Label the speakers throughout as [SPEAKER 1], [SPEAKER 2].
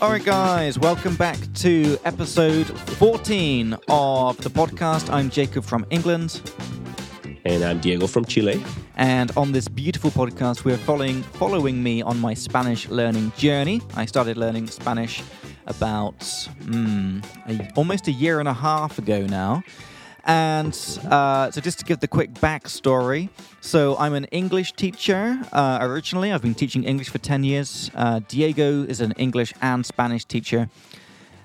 [SPEAKER 1] All right, guys, welcome back to episode 14 of the podcast. I'm Jacob from England.
[SPEAKER 2] And I'm Diego from Chile.
[SPEAKER 1] And on this beautiful podcast, we're following following me on my Spanish learning journey. I started learning Spanish about mm, a, almost a year and a half ago now. And uh, so, just to give the quick backstory, so I'm an English teacher uh, originally. I've been teaching English for ten years. Uh, Diego is an English and Spanish teacher.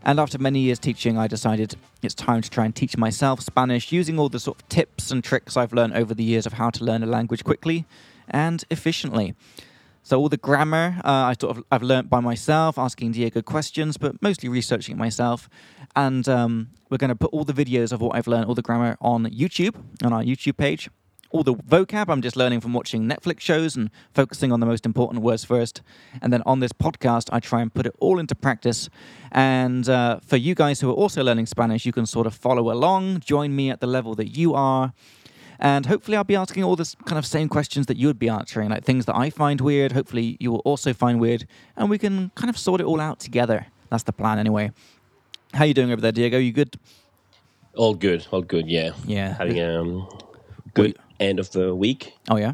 [SPEAKER 1] And after many years teaching, I decided it's time to try and teach myself Spanish using all the sort of tips and tricks I've learned over the years of how to learn a language quickly and efficiently. So all the grammar uh, I sort of I've learnt by myself, asking Diego questions, but mostly researching it myself. And um, we're going to put all the videos of what I've learned, all the grammar, on YouTube on our YouTube page. All the vocab I'm just learning from watching Netflix shows and focusing on the most important words first. And then on this podcast, I try and put it all into practice. And uh, for you guys who are also learning Spanish, you can sort of follow along, join me at the level that you are. And hopefully, I'll be asking all this kind of same questions that you would be answering, like things that I find weird. Hopefully, you will also find weird, and we can kind of sort it all out together. That's the plan, anyway. How you doing over there, Diego? You good?
[SPEAKER 2] All good, all good, yeah.
[SPEAKER 1] Yeah.
[SPEAKER 2] Having a um, good end of the week.
[SPEAKER 1] Oh yeah.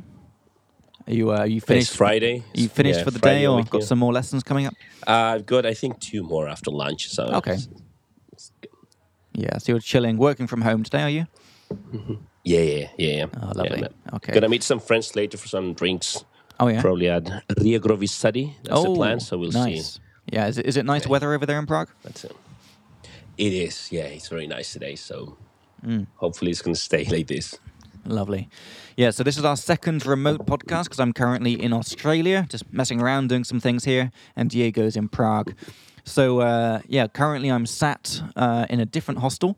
[SPEAKER 1] Are you uh, are you
[SPEAKER 2] It's
[SPEAKER 1] finished?
[SPEAKER 2] Friday.
[SPEAKER 1] Are you finished
[SPEAKER 2] Yeah,
[SPEAKER 1] for the
[SPEAKER 2] Friday
[SPEAKER 1] day, or
[SPEAKER 2] week,
[SPEAKER 1] you've got
[SPEAKER 2] yeah.
[SPEAKER 1] some more lessons coming up?
[SPEAKER 2] Uh, I've got, I think, two more after lunch. So
[SPEAKER 1] Okay.
[SPEAKER 2] it's-
[SPEAKER 1] Yeah. So you're chilling, working from home today, are you?
[SPEAKER 2] Yeah, yeah, yeah. yeah.
[SPEAKER 1] Oh, lovely.
[SPEAKER 2] Yeah, I'm uh,
[SPEAKER 1] Okay.
[SPEAKER 2] Gonna meet some friends later for some drinks.
[SPEAKER 1] Oh yeah.
[SPEAKER 2] Probably at Rio Grovisadi. That's
[SPEAKER 1] oh,
[SPEAKER 2] the plan. So we'll
[SPEAKER 1] nice.
[SPEAKER 2] see.
[SPEAKER 1] Yeah. Is it, is it nice weather over there in Prague?
[SPEAKER 2] That's it. It is. Yeah, it's very nice today. So hopefully it's gonna stay like this.
[SPEAKER 1] Hmm, Lovely. Yeah, so this is our second remote podcast because I'm currently in Australia, just messing around, doing some things here, and Diego's in Prague. So, uh, yeah, currently I'm sat uh, in a different hostel,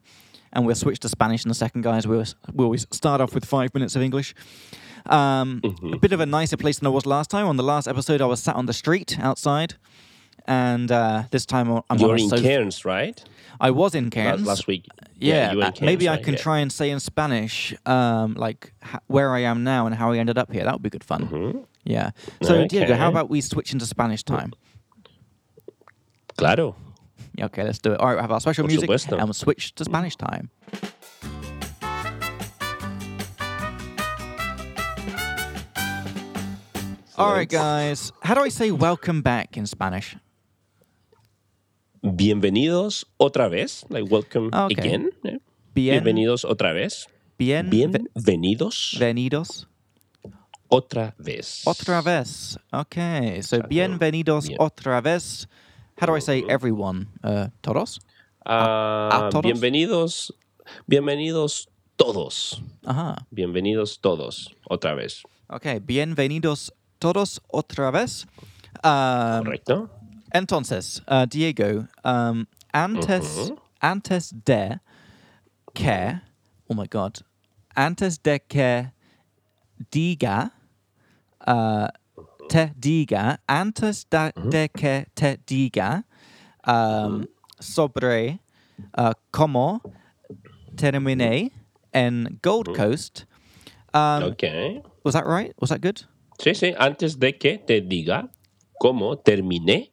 [SPEAKER 1] and we'll switch to Spanish in a second, guys. We always, we always start off with five minutes of English. Um,
[SPEAKER 2] Mm-hmm.
[SPEAKER 1] A bit of a nicer place than I was last time. On the last episode, I was sat on the street outside, and uh, this time I'm
[SPEAKER 2] You're
[SPEAKER 1] on a
[SPEAKER 2] in
[SPEAKER 1] sofa.
[SPEAKER 2] Cairns, right?
[SPEAKER 1] I was in
[SPEAKER 2] Last,
[SPEAKER 1] Cairns
[SPEAKER 2] last week.
[SPEAKER 1] yeah,
[SPEAKER 2] you were in
[SPEAKER 1] uh, maybe
[SPEAKER 2] Cairns,
[SPEAKER 1] I
[SPEAKER 2] right?
[SPEAKER 1] can
[SPEAKER 2] Yeah.
[SPEAKER 1] try and say in Spanish, um, like h- where I am now and how I ended up here. That would be good fun. Yeah. So Diego, how
[SPEAKER 2] Okay.
[SPEAKER 1] about we switch into Spanish time?
[SPEAKER 2] Claro.
[SPEAKER 1] Yeah, okay, let's do it. All right, we have our special
[SPEAKER 2] Por
[SPEAKER 1] music
[SPEAKER 2] supuesto.
[SPEAKER 1] and we'll switch to Spanish time. All right, guys. How do I say welcome back in Spanish?
[SPEAKER 2] Bienvenidos otra vez. Like welcome
[SPEAKER 1] Okay.
[SPEAKER 2] again. yeah.
[SPEAKER 1] Bien-
[SPEAKER 2] Bienvenidos otra vez.
[SPEAKER 1] Bien,
[SPEAKER 2] Bienvenidos
[SPEAKER 1] bienvenidos
[SPEAKER 2] otra vez.
[SPEAKER 1] otra vez. Okay, so bienvenidos
[SPEAKER 2] Bien.
[SPEAKER 1] otra vez. How do I say everyone? Uh, todos?
[SPEAKER 2] Ah,
[SPEAKER 1] a todos.
[SPEAKER 2] bienvenidos. Bienvenidos todos.
[SPEAKER 1] Aha.
[SPEAKER 2] Bienvenidos todos otra vez.
[SPEAKER 1] Ok, bienvenidos todos otra vez. Um,
[SPEAKER 2] ¿Correcto?
[SPEAKER 1] entonces, uh, Diego, um, antes, antes de que, oh my god, antes de que diga, uh, te diga, antes da- de que te diga um, sobre uh, cómo terminé en Gold Coast. Um,
[SPEAKER 2] ok.
[SPEAKER 1] was that right? Was that good?
[SPEAKER 2] Sí, sí. Antes de que te diga cómo terminé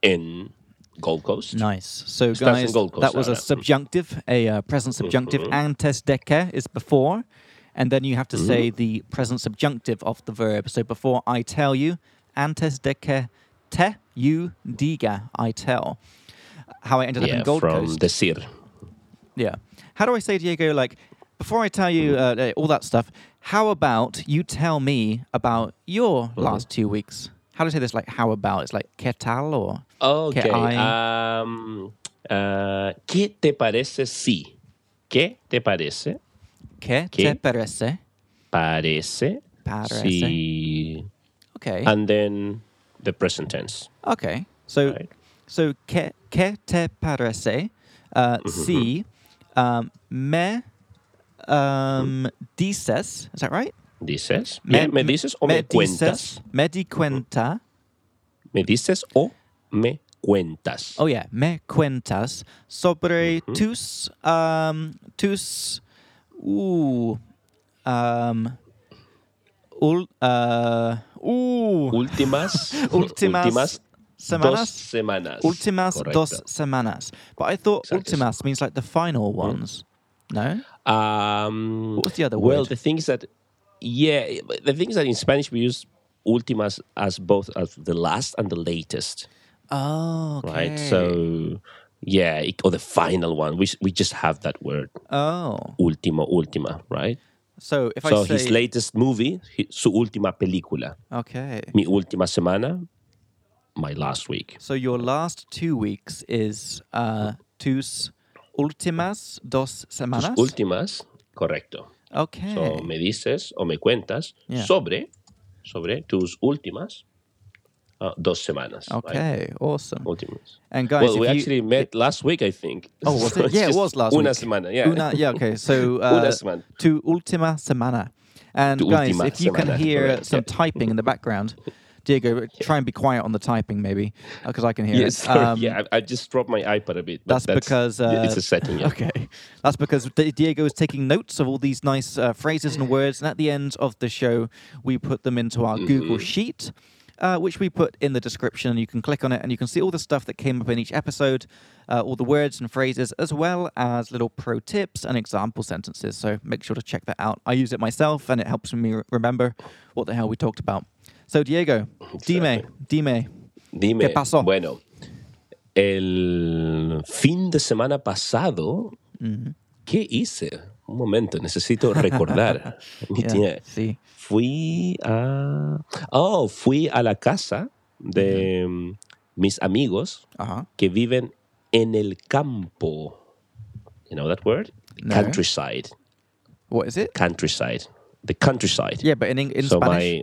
[SPEAKER 2] en Gold Coast.
[SPEAKER 1] Nice. So,
[SPEAKER 2] Starts in
[SPEAKER 1] guys,
[SPEAKER 2] Gold Coast,
[SPEAKER 1] that was a
[SPEAKER 2] Anna.
[SPEAKER 1] subjunctive, a uh, present subjunctive.
[SPEAKER 2] Mm-hmm.
[SPEAKER 1] Antes de que is before, and then you have to
[SPEAKER 2] Mm-hmm.
[SPEAKER 1] say the present subjunctive of the verb. So, before I tell you, antes de que te you diga, I tell. How I ended up
[SPEAKER 2] Yeah,
[SPEAKER 1] in Gold
[SPEAKER 2] from
[SPEAKER 1] Coast.
[SPEAKER 2] decir.
[SPEAKER 1] Yeah. How do I say, Diego? Like, before I tell you uh, uh, all that stuff, how about you tell me about your
[SPEAKER 2] Mm-hmm.
[SPEAKER 1] last two weeks? How do I say this? Like, how about? It's like que tal or
[SPEAKER 2] Ok.
[SPEAKER 1] que hay?
[SPEAKER 2] um, ah, ¿Qué te parece si? ¿Qué te parece?
[SPEAKER 1] que te
[SPEAKER 2] que?
[SPEAKER 1] parece?
[SPEAKER 2] Parece.
[SPEAKER 1] Parece.
[SPEAKER 2] Si.
[SPEAKER 1] Okay.
[SPEAKER 2] And then the present tense.
[SPEAKER 1] okay. So,
[SPEAKER 2] Right.
[SPEAKER 1] so que, que te parece uh,
[SPEAKER 2] Mm-hmm,
[SPEAKER 1] si um, me um, dices? Is that right?
[SPEAKER 2] Dices. Me, me dices o Oh, me, cuentas. Mm-hmm.
[SPEAKER 1] dices- me di cuenta.
[SPEAKER 2] Me dices o me cuentas.
[SPEAKER 1] Oh yeah, me cuentas sobre
[SPEAKER 2] Mm-hmm.
[SPEAKER 1] tus um, tus ooh um, ul, uh, ooh
[SPEAKER 2] Últimas.
[SPEAKER 1] Últimas
[SPEAKER 2] Dos
[SPEAKER 1] semanas.
[SPEAKER 2] semanas.
[SPEAKER 1] Últimas
[SPEAKER 2] Correcto.
[SPEAKER 1] dos semanas. But I thought
[SPEAKER 2] Exacto.
[SPEAKER 1] ultimas means like the
[SPEAKER 2] Mm.
[SPEAKER 1] final ones. No?
[SPEAKER 2] Um,
[SPEAKER 1] What was the other
[SPEAKER 2] well,
[SPEAKER 1] word?
[SPEAKER 2] the things that, yeah, the things that in Spanish we use últimas as both as the last and the latest,
[SPEAKER 1] Oh, okay.
[SPEAKER 2] right? So, yeah, it, or the final one. We s- we just have that word
[SPEAKER 1] Oh.
[SPEAKER 2] último, última, right?
[SPEAKER 1] So if
[SPEAKER 2] so
[SPEAKER 1] I say.
[SPEAKER 2] his latest movie, hi- su última película,
[SPEAKER 1] Okay.
[SPEAKER 2] mi última semana, my last week.
[SPEAKER 1] So your last two weeks is uh, tus últimas dos
[SPEAKER 2] Sus
[SPEAKER 1] semanas.
[SPEAKER 2] últimas, correcto.
[SPEAKER 1] okay.
[SPEAKER 2] So, me dices o me cuentas
[SPEAKER 1] Yeah.
[SPEAKER 2] sobre, sobre tus últimas ah, dos semanas. right?
[SPEAKER 1] okay. Awesome.
[SPEAKER 2] Últimas.
[SPEAKER 1] And guys,
[SPEAKER 2] well,
[SPEAKER 1] if
[SPEAKER 2] we
[SPEAKER 1] you-
[SPEAKER 2] actually met last week, I think.
[SPEAKER 1] Oh, was
[SPEAKER 2] So
[SPEAKER 1] it?
[SPEAKER 2] it's
[SPEAKER 1] Yeah, it
[SPEAKER 2] just
[SPEAKER 1] was last
[SPEAKER 2] una
[SPEAKER 1] week.
[SPEAKER 2] Semana, yeah.
[SPEAKER 1] Una, yeah, okay. So
[SPEAKER 2] Una
[SPEAKER 1] uh,
[SPEAKER 2] semana.
[SPEAKER 1] to ultima semana. And
[SPEAKER 2] Tu
[SPEAKER 1] guys,
[SPEAKER 2] última
[SPEAKER 1] if you can
[SPEAKER 2] semana,
[SPEAKER 1] hear
[SPEAKER 2] correct,
[SPEAKER 1] some
[SPEAKER 2] yeah.
[SPEAKER 1] typing in the background, Diego, try and be quiet on the typing, maybe, because I can hear
[SPEAKER 2] Yeah,
[SPEAKER 1] it.
[SPEAKER 2] sorry,
[SPEAKER 1] Um,
[SPEAKER 2] yeah, I, I just dropped my iPad a bit. but
[SPEAKER 1] that's because,
[SPEAKER 2] yeah,
[SPEAKER 1] uh,
[SPEAKER 2] it's a setting. Yeah.
[SPEAKER 1] Okay, that's because D- Diego is taking notes of all these nice uh, phrases and words, and at the end of the show, we put them into our Google
[SPEAKER 2] Mm-hmm.
[SPEAKER 1] Sheet, uh, which we put in the description. You can click on it, and you can see all the stuff that came up in each episode, uh, all the words and phrases, as well as little pro tips and example sentences. So make sure to check that out. I use it myself, and it helps me re- remember what the hell we talked about. So Diego, dime, dime,
[SPEAKER 2] Dime,
[SPEAKER 1] ¿Qué pasó?
[SPEAKER 2] bueno, el fin de semana pasado,
[SPEAKER 1] Mm-hmm.
[SPEAKER 2] ¿qué hice? Un momento, necesito recordar.
[SPEAKER 1] yeah, sí,
[SPEAKER 2] Fui a... Oh, fui a la casa de
[SPEAKER 1] Mm-hmm.
[SPEAKER 2] mm, mis amigos
[SPEAKER 1] ajá,
[SPEAKER 2] que viven en el campo. You know that word?
[SPEAKER 1] No.
[SPEAKER 2] Countryside.
[SPEAKER 1] what is it?
[SPEAKER 2] Countryside. The countryside.
[SPEAKER 1] Yeah, but in Eng- in
[SPEAKER 2] so
[SPEAKER 1] Spanish,
[SPEAKER 2] my...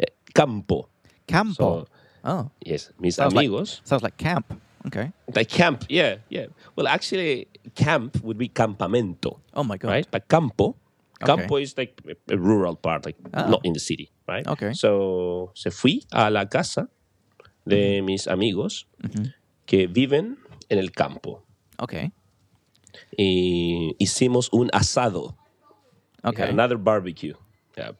[SPEAKER 2] eh, Campo.
[SPEAKER 1] campo.
[SPEAKER 2] So,
[SPEAKER 1] oh.
[SPEAKER 2] yes, mis
[SPEAKER 1] Sounds like-
[SPEAKER 2] amigos...
[SPEAKER 1] Sounds like camp. Okay.
[SPEAKER 2] Like camp, yeah, yeah. Well, actually, camp would be campamento,
[SPEAKER 1] Oh my god.
[SPEAKER 2] right? But campo,
[SPEAKER 1] Okay. Ah.
[SPEAKER 2] campo is like a, a rural part, like not in the city, right?
[SPEAKER 1] Okay.
[SPEAKER 2] So, se fui a la casa
[SPEAKER 1] Mm-hmm.
[SPEAKER 2] de mis amigos que viven en el campo.
[SPEAKER 1] Okay.
[SPEAKER 2] Y hicimos un asado, We had
[SPEAKER 1] Okay.
[SPEAKER 2] another barbecue. Yeah,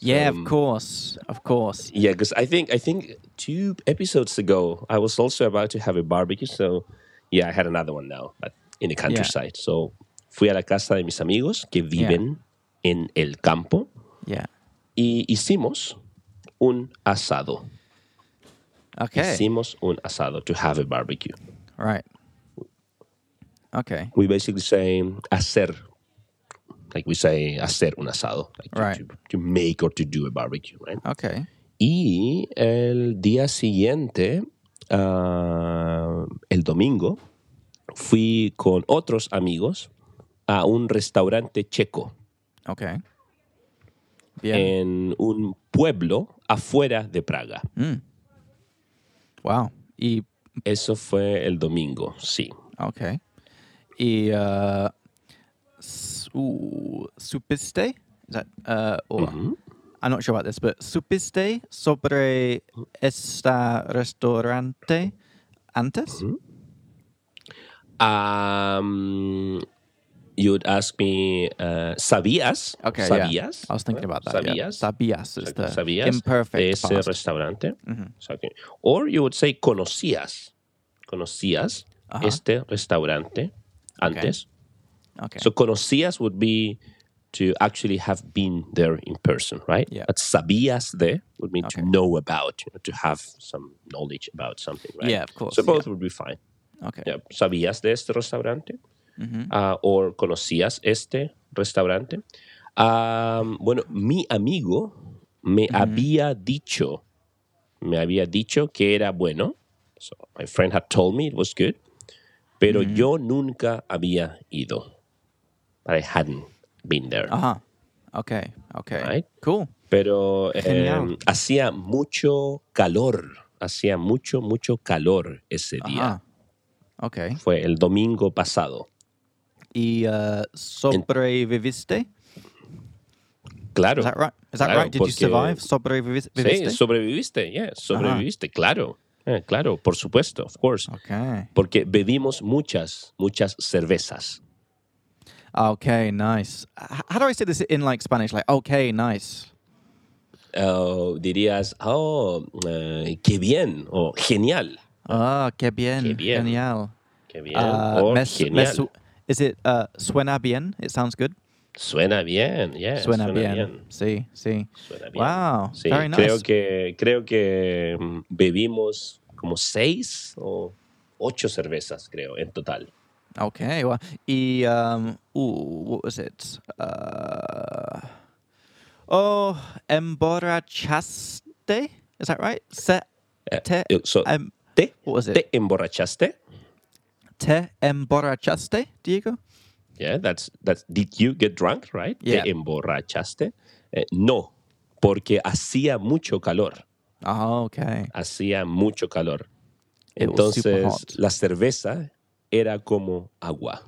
[SPEAKER 1] yeah, of course. Of course.
[SPEAKER 2] yeah. Because I think I think two episodes ago I was also about to have a barbecue, so yeah, I had another one now, but in the countryside. So fui a la casa de mis amigos que viven en el campo
[SPEAKER 1] Yeah.
[SPEAKER 2] y hicimos un asado.
[SPEAKER 1] Okay.
[SPEAKER 2] Hicimos un asado to have a barbecue.
[SPEAKER 1] Right. Okay.
[SPEAKER 2] We basically say hacer, like we say hacer un asado, like to-
[SPEAKER 1] Right.
[SPEAKER 2] to, to make or to do a barbecue, right?
[SPEAKER 1] Okay.
[SPEAKER 2] Y el día siguiente, ah, el domingo, fui con otros amigos a un restaurante checo
[SPEAKER 1] Okay. Yeah.
[SPEAKER 2] en un pueblo afuera de Praga.
[SPEAKER 1] wow. E.
[SPEAKER 2] Eso fue el domingo, sí.
[SPEAKER 1] Okay. E. Uh, s- ooh, supiste? Is that uh or I'm not sure about this, but supiste sobre esta restaurante antes?
[SPEAKER 2] Um, you'd ask me, uh, ¿sabías?
[SPEAKER 1] Okay.
[SPEAKER 2] ¿Sabías?
[SPEAKER 1] Yeah. I was thinking about that. Yeah.
[SPEAKER 2] ¿Sabías?
[SPEAKER 1] Sabias is the
[SPEAKER 2] ¿Sabías de
[SPEAKER 1] imperfect
[SPEAKER 2] ese
[SPEAKER 1] past.
[SPEAKER 2] restaurante? Exacto. Or you would say conocías. Conocías
[SPEAKER 1] Ajá.
[SPEAKER 2] este restaurante antes.
[SPEAKER 1] okay.
[SPEAKER 2] So conocías would be to actually have been there in person, right?
[SPEAKER 1] Yeah.
[SPEAKER 2] But sabías de would mean
[SPEAKER 1] Okay.
[SPEAKER 2] to know about, you know, to have some knowledge about something, right?
[SPEAKER 1] Yeah, of course,
[SPEAKER 2] So both would be fine.
[SPEAKER 1] okay. Mm-hmm.
[SPEAKER 2] Yeah. ¿Sabías de este restaurante? Ah, ¿O conocías este restaurante? Ah, bueno, mi amigo me había dicho, me había dicho que era bueno. So, my friend had told me it was good. Pero yo nunca había ido. I hadn't been there.
[SPEAKER 1] Aha. Uh-huh. Okay. Okay.
[SPEAKER 2] Right.
[SPEAKER 1] Cool.
[SPEAKER 2] Pero eh,
[SPEAKER 1] Genial.
[SPEAKER 2] hacía mucho calor. Hacía mucho, mucho calor ese día.
[SPEAKER 1] Aha. Uh-huh. Okay.
[SPEAKER 2] Fue el domingo pasado.
[SPEAKER 1] Y uh, sobreviviste?
[SPEAKER 2] Claro.
[SPEAKER 1] Is that right? Is that
[SPEAKER 2] Claro,
[SPEAKER 1] right? Did you
[SPEAKER 2] porque-
[SPEAKER 1] survive? Sobreviviste?
[SPEAKER 2] Sí, sobreviviste, yeah,
[SPEAKER 1] Ah.
[SPEAKER 2] sobreviviste, claro. Eh, claro, por supuesto, of course.
[SPEAKER 1] okay.
[SPEAKER 2] Porque bebimos muchas, muchas cervezas.
[SPEAKER 1] Okay. Nice. H- how do I say this in like Spanish? Like okay, nice.
[SPEAKER 2] "Oh, Eh, dirías, oh, eh, qué bien, o genial.
[SPEAKER 1] Ah, qué bien.
[SPEAKER 2] Qué bien.
[SPEAKER 1] Genial.
[SPEAKER 2] Qué bien.
[SPEAKER 1] Uh,
[SPEAKER 2] Oh,
[SPEAKER 1] me- me
[SPEAKER 2] genial.
[SPEAKER 1] su- is it uh, suena bien? It sounds good.
[SPEAKER 2] Suena bien, yeah,
[SPEAKER 1] suena, bien. Sí, sí.
[SPEAKER 2] Suena bien.
[SPEAKER 1] Wow.
[SPEAKER 2] Sí,
[SPEAKER 1] Very nice.
[SPEAKER 2] creo que creo que mm, bebimos como seis o ocho cervezas, creo, en total.
[SPEAKER 1] Okay. Well, y um, ooh, what was it? Uh, oh, emborrachaste. Is that right? Se
[SPEAKER 2] Eh,
[SPEAKER 1] te
[SPEAKER 2] eh, so-
[SPEAKER 1] em,
[SPEAKER 2] ¿Te,
[SPEAKER 1] what was it?
[SPEAKER 2] te emborrachaste?
[SPEAKER 1] te emborrachaste, Diego.
[SPEAKER 2] Yeah, that's that's. Did you get drunk, right?
[SPEAKER 1] Yeah.
[SPEAKER 2] ¿Te emborrachaste? Eh, no, porque hacía mucho calor.
[SPEAKER 1] Oh, okay.
[SPEAKER 2] Hacía mucho calor.
[SPEAKER 1] It was super
[SPEAKER 2] Entonces
[SPEAKER 1] hot.
[SPEAKER 2] la cerveza era como agua.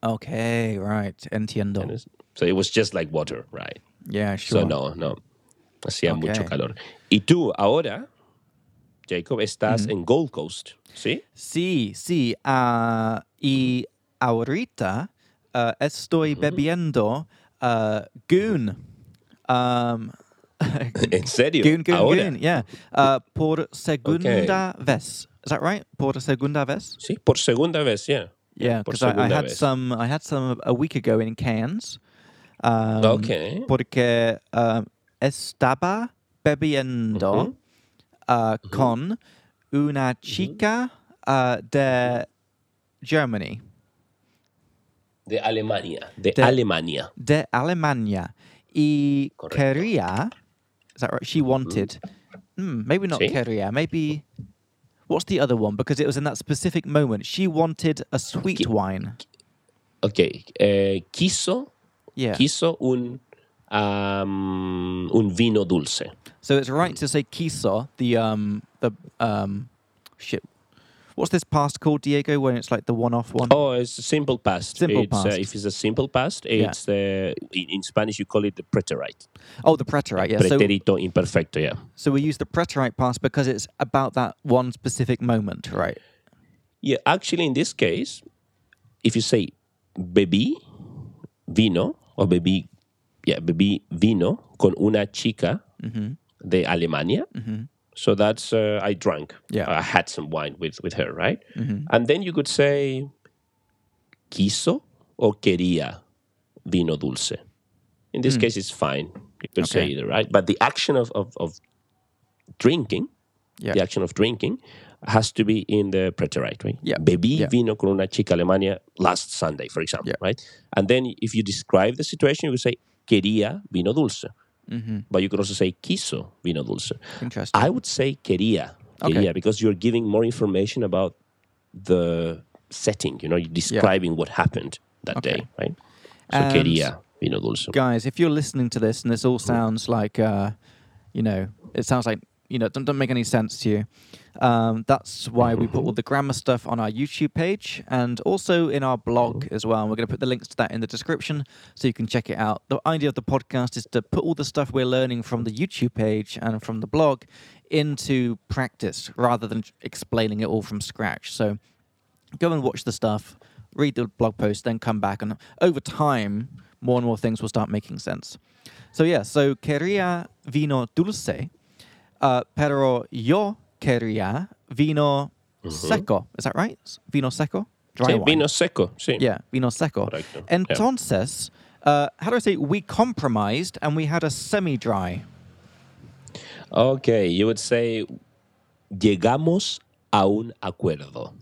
[SPEAKER 1] Okay. Right. Entiendo.
[SPEAKER 2] So it was just like water, right?
[SPEAKER 1] Yeah.
[SPEAKER 2] So
[SPEAKER 1] Sure.
[SPEAKER 2] no, no. Hacía
[SPEAKER 1] Ok.
[SPEAKER 2] mucho calor. Y tú ahora, Jacob, estás en Gold Coast, ¿sí?
[SPEAKER 1] Sí, sí. ah, y ahorita ah, estoy bebiendo ah, Goon. Um,
[SPEAKER 2] ¿En serio?
[SPEAKER 1] goon, Goon,
[SPEAKER 2] ahora.
[SPEAKER 1] Goon, yeah. Ah, por segunda vez. Is that right? Por segunda vez?
[SPEAKER 2] Sí, por segunda vez, yeah.
[SPEAKER 1] Yeah,
[SPEAKER 2] por
[SPEAKER 1] because I, I
[SPEAKER 2] segunda
[SPEAKER 1] had
[SPEAKER 2] vez.
[SPEAKER 1] some I had some a week ago in Cairns. Um,
[SPEAKER 2] Ok.
[SPEAKER 1] Porque ah, estaba bebiendo
[SPEAKER 2] Mm-hmm.
[SPEAKER 1] ah, con una chica ah, de Germany.
[SPEAKER 2] De Alemania. De,
[SPEAKER 1] De-
[SPEAKER 2] Alemania.
[SPEAKER 1] de Alemania y
[SPEAKER 2] Correcto. Mm-hmm.
[SPEAKER 1] quería. Is that right? She wanted. Hmm, maybe not
[SPEAKER 2] Sí.
[SPEAKER 1] quería. Maybe. What's the other one? Because it was in that specific moment. She wanted a sweet
[SPEAKER 2] Qui-
[SPEAKER 1] wine.
[SPEAKER 2] Ok. eh, quiso,
[SPEAKER 1] Yeah.
[SPEAKER 2] quiso un, am, un vino dulce.
[SPEAKER 1] So it's right to say quiso the um the um shit. What's this past called, Diego? When it's like the one-off one.
[SPEAKER 2] Oh, it's a simple past.
[SPEAKER 1] Simple
[SPEAKER 2] it's, uh,
[SPEAKER 1] past.
[SPEAKER 2] if it's a simple past, it's uh, in, in Spanish you call it the preterite.
[SPEAKER 1] Oh, the preterite. Yeah. So
[SPEAKER 2] Preterito imperfecto, yeah.
[SPEAKER 1] so we use the preterite past because it's about that one specific moment, right?
[SPEAKER 2] Yeah, actually, in this case, if you say bebí vino or bebí, yeah, bebí vino con una chica
[SPEAKER 1] Mm-hmm.
[SPEAKER 2] de Alemania, so that's uh, I drank.
[SPEAKER 1] Yeah. Mm-hmm.
[SPEAKER 2] I had some wine with with her, right? And then you could say quiso or quería vino dulce. In this case, it's fine. You could say
[SPEAKER 1] Mm. Okay.
[SPEAKER 2] either, right? But the action of of, of drinking
[SPEAKER 1] Yeah.
[SPEAKER 2] the action of drinking has to be in the preterite, right?
[SPEAKER 1] Yeah.
[SPEAKER 2] Bebí
[SPEAKER 1] Yeah.
[SPEAKER 2] vino con una chica Alemania last Sunday, for example,
[SPEAKER 1] Yeah.
[SPEAKER 2] right? And then if you describe the situation, you would say quería vino dulce. But you could also say quiso vino dulce.
[SPEAKER 1] Mm-hmm. Interesting.
[SPEAKER 2] I would say quería,
[SPEAKER 1] Okay.
[SPEAKER 2] quería because you're giving more information about the setting, you know, you're describing what happened that day, right? So
[SPEAKER 1] And-
[SPEAKER 2] quería vino dulce.
[SPEAKER 1] guys, if you're listening to this and this all sounds like, uh, you know, it sounds like, you know, it doesn't make any sense to you. Um, that's why we put all the grammar stuff on our YouTube page and also in our blog as well. And we're going to put the links to that in the description so you can check it out. The idea of the podcast is to put all the stuff we're learning from the YouTube page and from the blog into practice rather than explaining it all from scratch. So go and watch the stuff, read the blog post, then come back. And over time, more and more things will start making sense. So, yeah, so quería vino dulce, uh, pero yo quería vino seco. Is that right? S- Vino seco? Dry
[SPEAKER 2] Uh-huh. Sí,
[SPEAKER 1] wine.
[SPEAKER 2] vino seco, sí.
[SPEAKER 1] Yeah, vino seco.
[SPEAKER 2] Correcto, yeah.
[SPEAKER 1] Entonces, uh, how do I say, we compromised and we had a semi dry.
[SPEAKER 2] Okay, you would say llegamos a un acuerdo.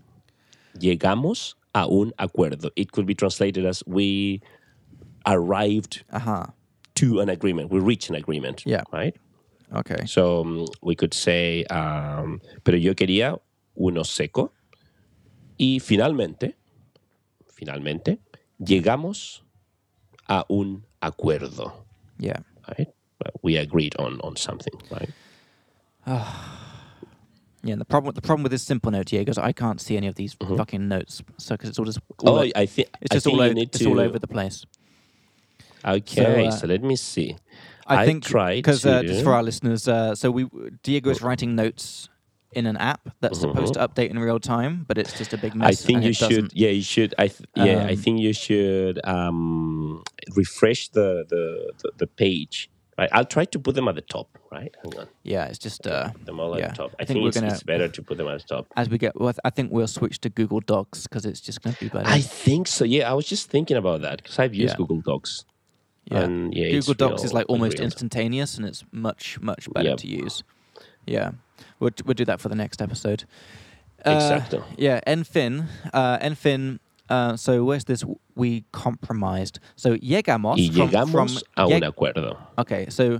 [SPEAKER 2] Llegamos a un acuerdo. It could be translated as we arrived
[SPEAKER 1] Aha.
[SPEAKER 2] to an agreement. We reached an agreement.
[SPEAKER 1] Yeah.
[SPEAKER 2] Right?
[SPEAKER 1] Okay.
[SPEAKER 2] So um, we could say, um, pero yo quería uno seco. Y finalmente, finalmente, llegamos a un acuerdo.
[SPEAKER 1] Yeah.
[SPEAKER 2] Right? We agreed on, on something, right?
[SPEAKER 1] Yeah, and the problem the problem with this simple note, Diego, is I can't see any of these fucking notes. So because it's all just all
[SPEAKER 2] Uh-huh. oh,
[SPEAKER 1] o-
[SPEAKER 2] I, think
[SPEAKER 1] it's just
[SPEAKER 2] I think
[SPEAKER 1] all
[SPEAKER 2] you
[SPEAKER 1] over,
[SPEAKER 2] need
[SPEAKER 1] it's
[SPEAKER 2] to,
[SPEAKER 1] all over the place.
[SPEAKER 2] Okay,
[SPEAKER 1] uh,
[SPEAKER 2] so, let me see.
[SPEAKER 1] I, think
[SPEAKER 2] tried
[SPEAKER 1] because uh, just
[SPEAKER 2] to-
[SPEAKER 1] for our listeners, uh, so we Diego is writing notes in an app that's supposed to update in real time, but it's just a big mess.
[SPEAKER 2] Mm-hmm. I think
[SPEAKER 1] and uh,
[SPEAKER 2] you
[SPEAKER 1] it
[SPEAKER 2] should.
[SPEAKER 1] doesn't.
[SPEAKER 2] Yeah, you should. I th- yeah, I
[SPEAKER 1] Um,
[SPEAKER 2] think you should um, refresh the the, the the page Right, I'll try to put them at the top. Right, hang on,
[SPEAKER 1] Yeah, it's just uh,
[SPEAKER 2] put them all at
[SPEAKER 1] yeah.
[SPEAKER 2] the top. I,
[SPEAKER 1] I
[SPEAKER 2] think,
[SPEAKER 1] think we're
[SPEAKER 2] it's,
[SPEAKER 1] gonna
[SPEAKER 2] it's better to put them at the top.
[SPEAKER 1] as we get. Well, I think we'll switch to Google Docs because it's just going to be better.
[SPEAKER 2] I think so. Yeah, I was just thinking about that because I've used
[SPEAKER 1] Uh, Yeah.
[SPEAKER 2] Google Docs.
[SPEAKER 1] yeah.
[SPEAKER 2] and yeah, it's
[SPEAKER 1] Google Docs is
[SPEAKER 2] real-
[SPEAKER 1] like almost
[SPEAKER 2] real.
[SPEAKER 1] instantaneous, and it's much much better
[SPEAKER 2] Yep.
[SPEAKER 1] to use. Yeah, we'll we'll do that for the next episode. Uh,
[SPEAKER 2] Exacto.
[SPEAKER 1] Yeah, Enfin, uh, Enfin. Uh, so where's this? We compromised. So llegamos
[SPEAKER 2] Y
[SPEAKER 1] from,
[SPEAKER 2] llegamos
[SPEAKER 1] from
[SPEAKER 2] a
[SPEAKER 1] lleg-
[SPEAKER 2] un acuerdo.
[SPEAKER 1] Okay, so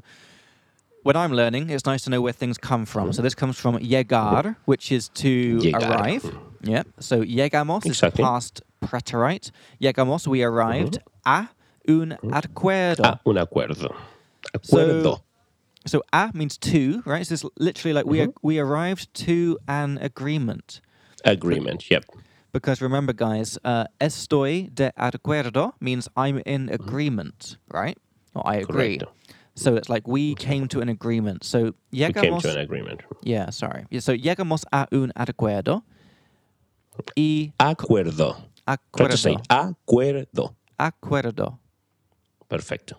[SPEAKER 1] when I'm learning, it's nice to know where things come from. So this comes from llegar, which is to
[SPEAKER 2] Llegar.
[SPEAKER 1] arrive. Yeah. So llegamos is
[SPEAKER 2] Exactly.
[SPEAKER 1] past preterite. Llegamos, we arrived
[SPEAKER 2] Mm-hmm.
[SPEAKER 1] a un acuerdo.
[SPEAKER 2] A un acuerdo. Acuerdo.
[SPEAKER 1] So a means to, right? So it's literally like we
[SPEAKER 2] Mm-hmm.
[SPEAKER 1] we arrived to an agreement.
[SPEAKER 2] Agreement. Yep.
[SPEAKER 1] Because remember, guys, uh, estoy de acuerdo means I'm in agreement, right? Or I agree.
[SPEAKER 2] Mm-hmm. Correcto.
[SPEAKER 1] So it's like we came to an agreement. So
[SPEAKER 2] We came
[SPEAKER 1] llegamos.
[SPEAKER 2] to an agreement.
[SPEAKER 1] yeah, sorry. Yeah, so llegamos a un acuerdo. Y
[SPEAKER 2] Acuerdo. Try to say
[SPEAKER 1] acuerdo.
[SPEAKER 2] acuerdo.
[SPEAKER 1] Acuerdo.
[SPEAKER 2] Perfecto.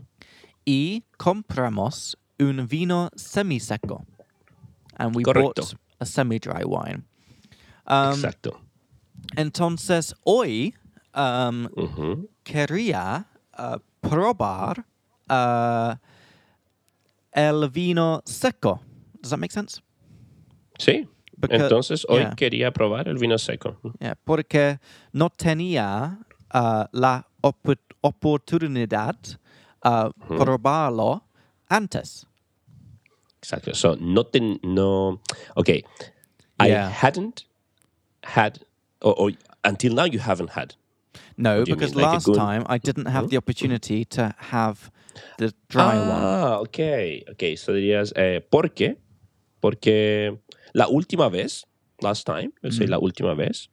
[SPEAKER 1] Y compramos un vino semiseco. And we bought
[SPEAKER 2] Correcto.
[SPEAKER 1] a semi-dry wine. Um,
[SPEAKER 2] Exacto.
[SPEAKER 1] Entonces, hoy um,
[SPEAKER 2] Mm-hmm.
[SPEAKER 1] quería uh, probar uh, el vino seco. Does that make sense?
[SPEAKER 2] Sí.
[SPEAKER 1] Because-
[SPEAKER 2] Entonces hoy
[SPEAKER 1] yeah.
[SPEAKER 2] quería probar el vino seco.
[SPEAKER 1] Yeah, porque no tenía uh, la opo- oportunidad uh,
[SPEAKER 2] Mm-hmm.
[SPEAKER 1] probarlo antes.
[SPEAKER 2] Exacto. So no ten, no. Okay. I
[SPEAKER 1] Yeah.
[SPEAKER 2] hadn't had or, or until now you haven't had.
[SPEAKER 1] No,
[SPEAKER 2] do you
[SPEAKER 1] because
[SPEAKER 2] mean, like a
[SPEAKER 1] last
[SPEAKER 2] good- Mm-hmm.
[SPEAKER 1] time I didn't have the opportunity to have the dry one.
[SPEAKER 2] Ah, okay. Okay. So dirías eh, ¿por qué? Porque la última vez, last time, let's
[SPEAKER 1] Mm.
[SPEAKER 2] say la última vez,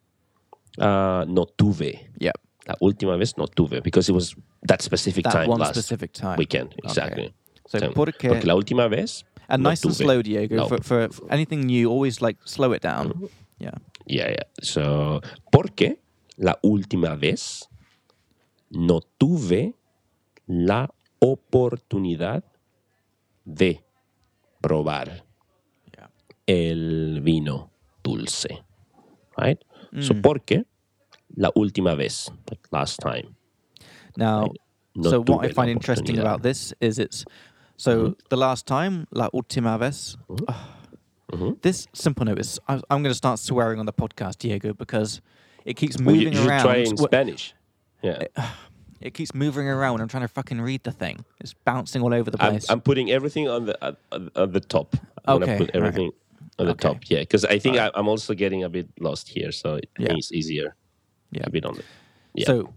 [SPEAKER 2] ah, no tuve.
[SPEAKER 1] Yeah,
[SPEAKER 2] La última vez no tuve because it was that specific
[SPEAKER 1] that
[SPEAKER 2] time
[SPEAKER 1] one
[SPEAKER 2] last
[SPEAKER 1] specific time.
[SPEAKER 2] weekend. Exactly.
[SPEAKER 1] So, porque-
[SPEAKER 2] porque la última vez
[SPEAKER 1] And
[SPEAKER 2] no
[SPEAKER 1] nice and
[SPEAKER 2] tuve.
[SPEAKER 1] slow, Diego.
[SPEAKER 2] No. Mm-hmm.
[SPEAKER 1] For, for, for anything new, always like slow it down. Yeah.
[SPEAKER 2] Yeah, yeah. So, porque la última vez no tuve la oportunidad de probar
[SPEAKER 1] Yeah.
[SPEAKER 2] el vino dulce. Right?
[SPEAKER 1] Mm.
[SPEAKER 2] So, porque la última vez, like last time.
[SPEAKER 1] Now,
[SPEAKER 2] No
[SPEAKER 1] so what I
[SPEAKER 2] tuve la
[SPEAKER 1] find interesting
[SPEAKER 2] oportunidad.
[SPEAKER 1] about this is it's
[SPEAKER 2] Mm-hmm.
[SPEAKER 1] so the last time, la última vez.
[SPEAKER 2] Mm-hmm.
[SPEAKER 1] This simple note is I, I'm going to start swearing on the podcast, Diego, because it keeps
[SPEAKER 2] Well, you,
[SPEAKER 1] moving
[SPEAKER 2] you should
[SPEAKER 1] around. Uh,
[SPEAKER 2] try in
[SPEAKER 1] Wha-
[SPEAKER 2] Spanish. Yeah.
[SPEAKER 1] It keeps moving around. I'm trying to fucking read the thing. It's bouncing all over the
[SPEAKER 2] I'm,
[SPEAKER 1] place.
[SPEAKER 2] I'm putting everything on the at, at, at the top. I'm
[SPEAKER 1] Okay,
[SPEAKER 2] gonna put
[SPEAKER 1] all right.
[SPEAKER 2] everything on the
[SPEAKER 1] Okay.
[SPEAKER 2] top. Yeah, because I think I, I'm also getting a bit lost here, so it
[SPEAKER 1] Yeah.
[SPEAKER 2] it's easier
[SPEAKER 1] Yeah.
[SPEAKER 2] to be on the. Yeah.
[SPEAKER 1] So,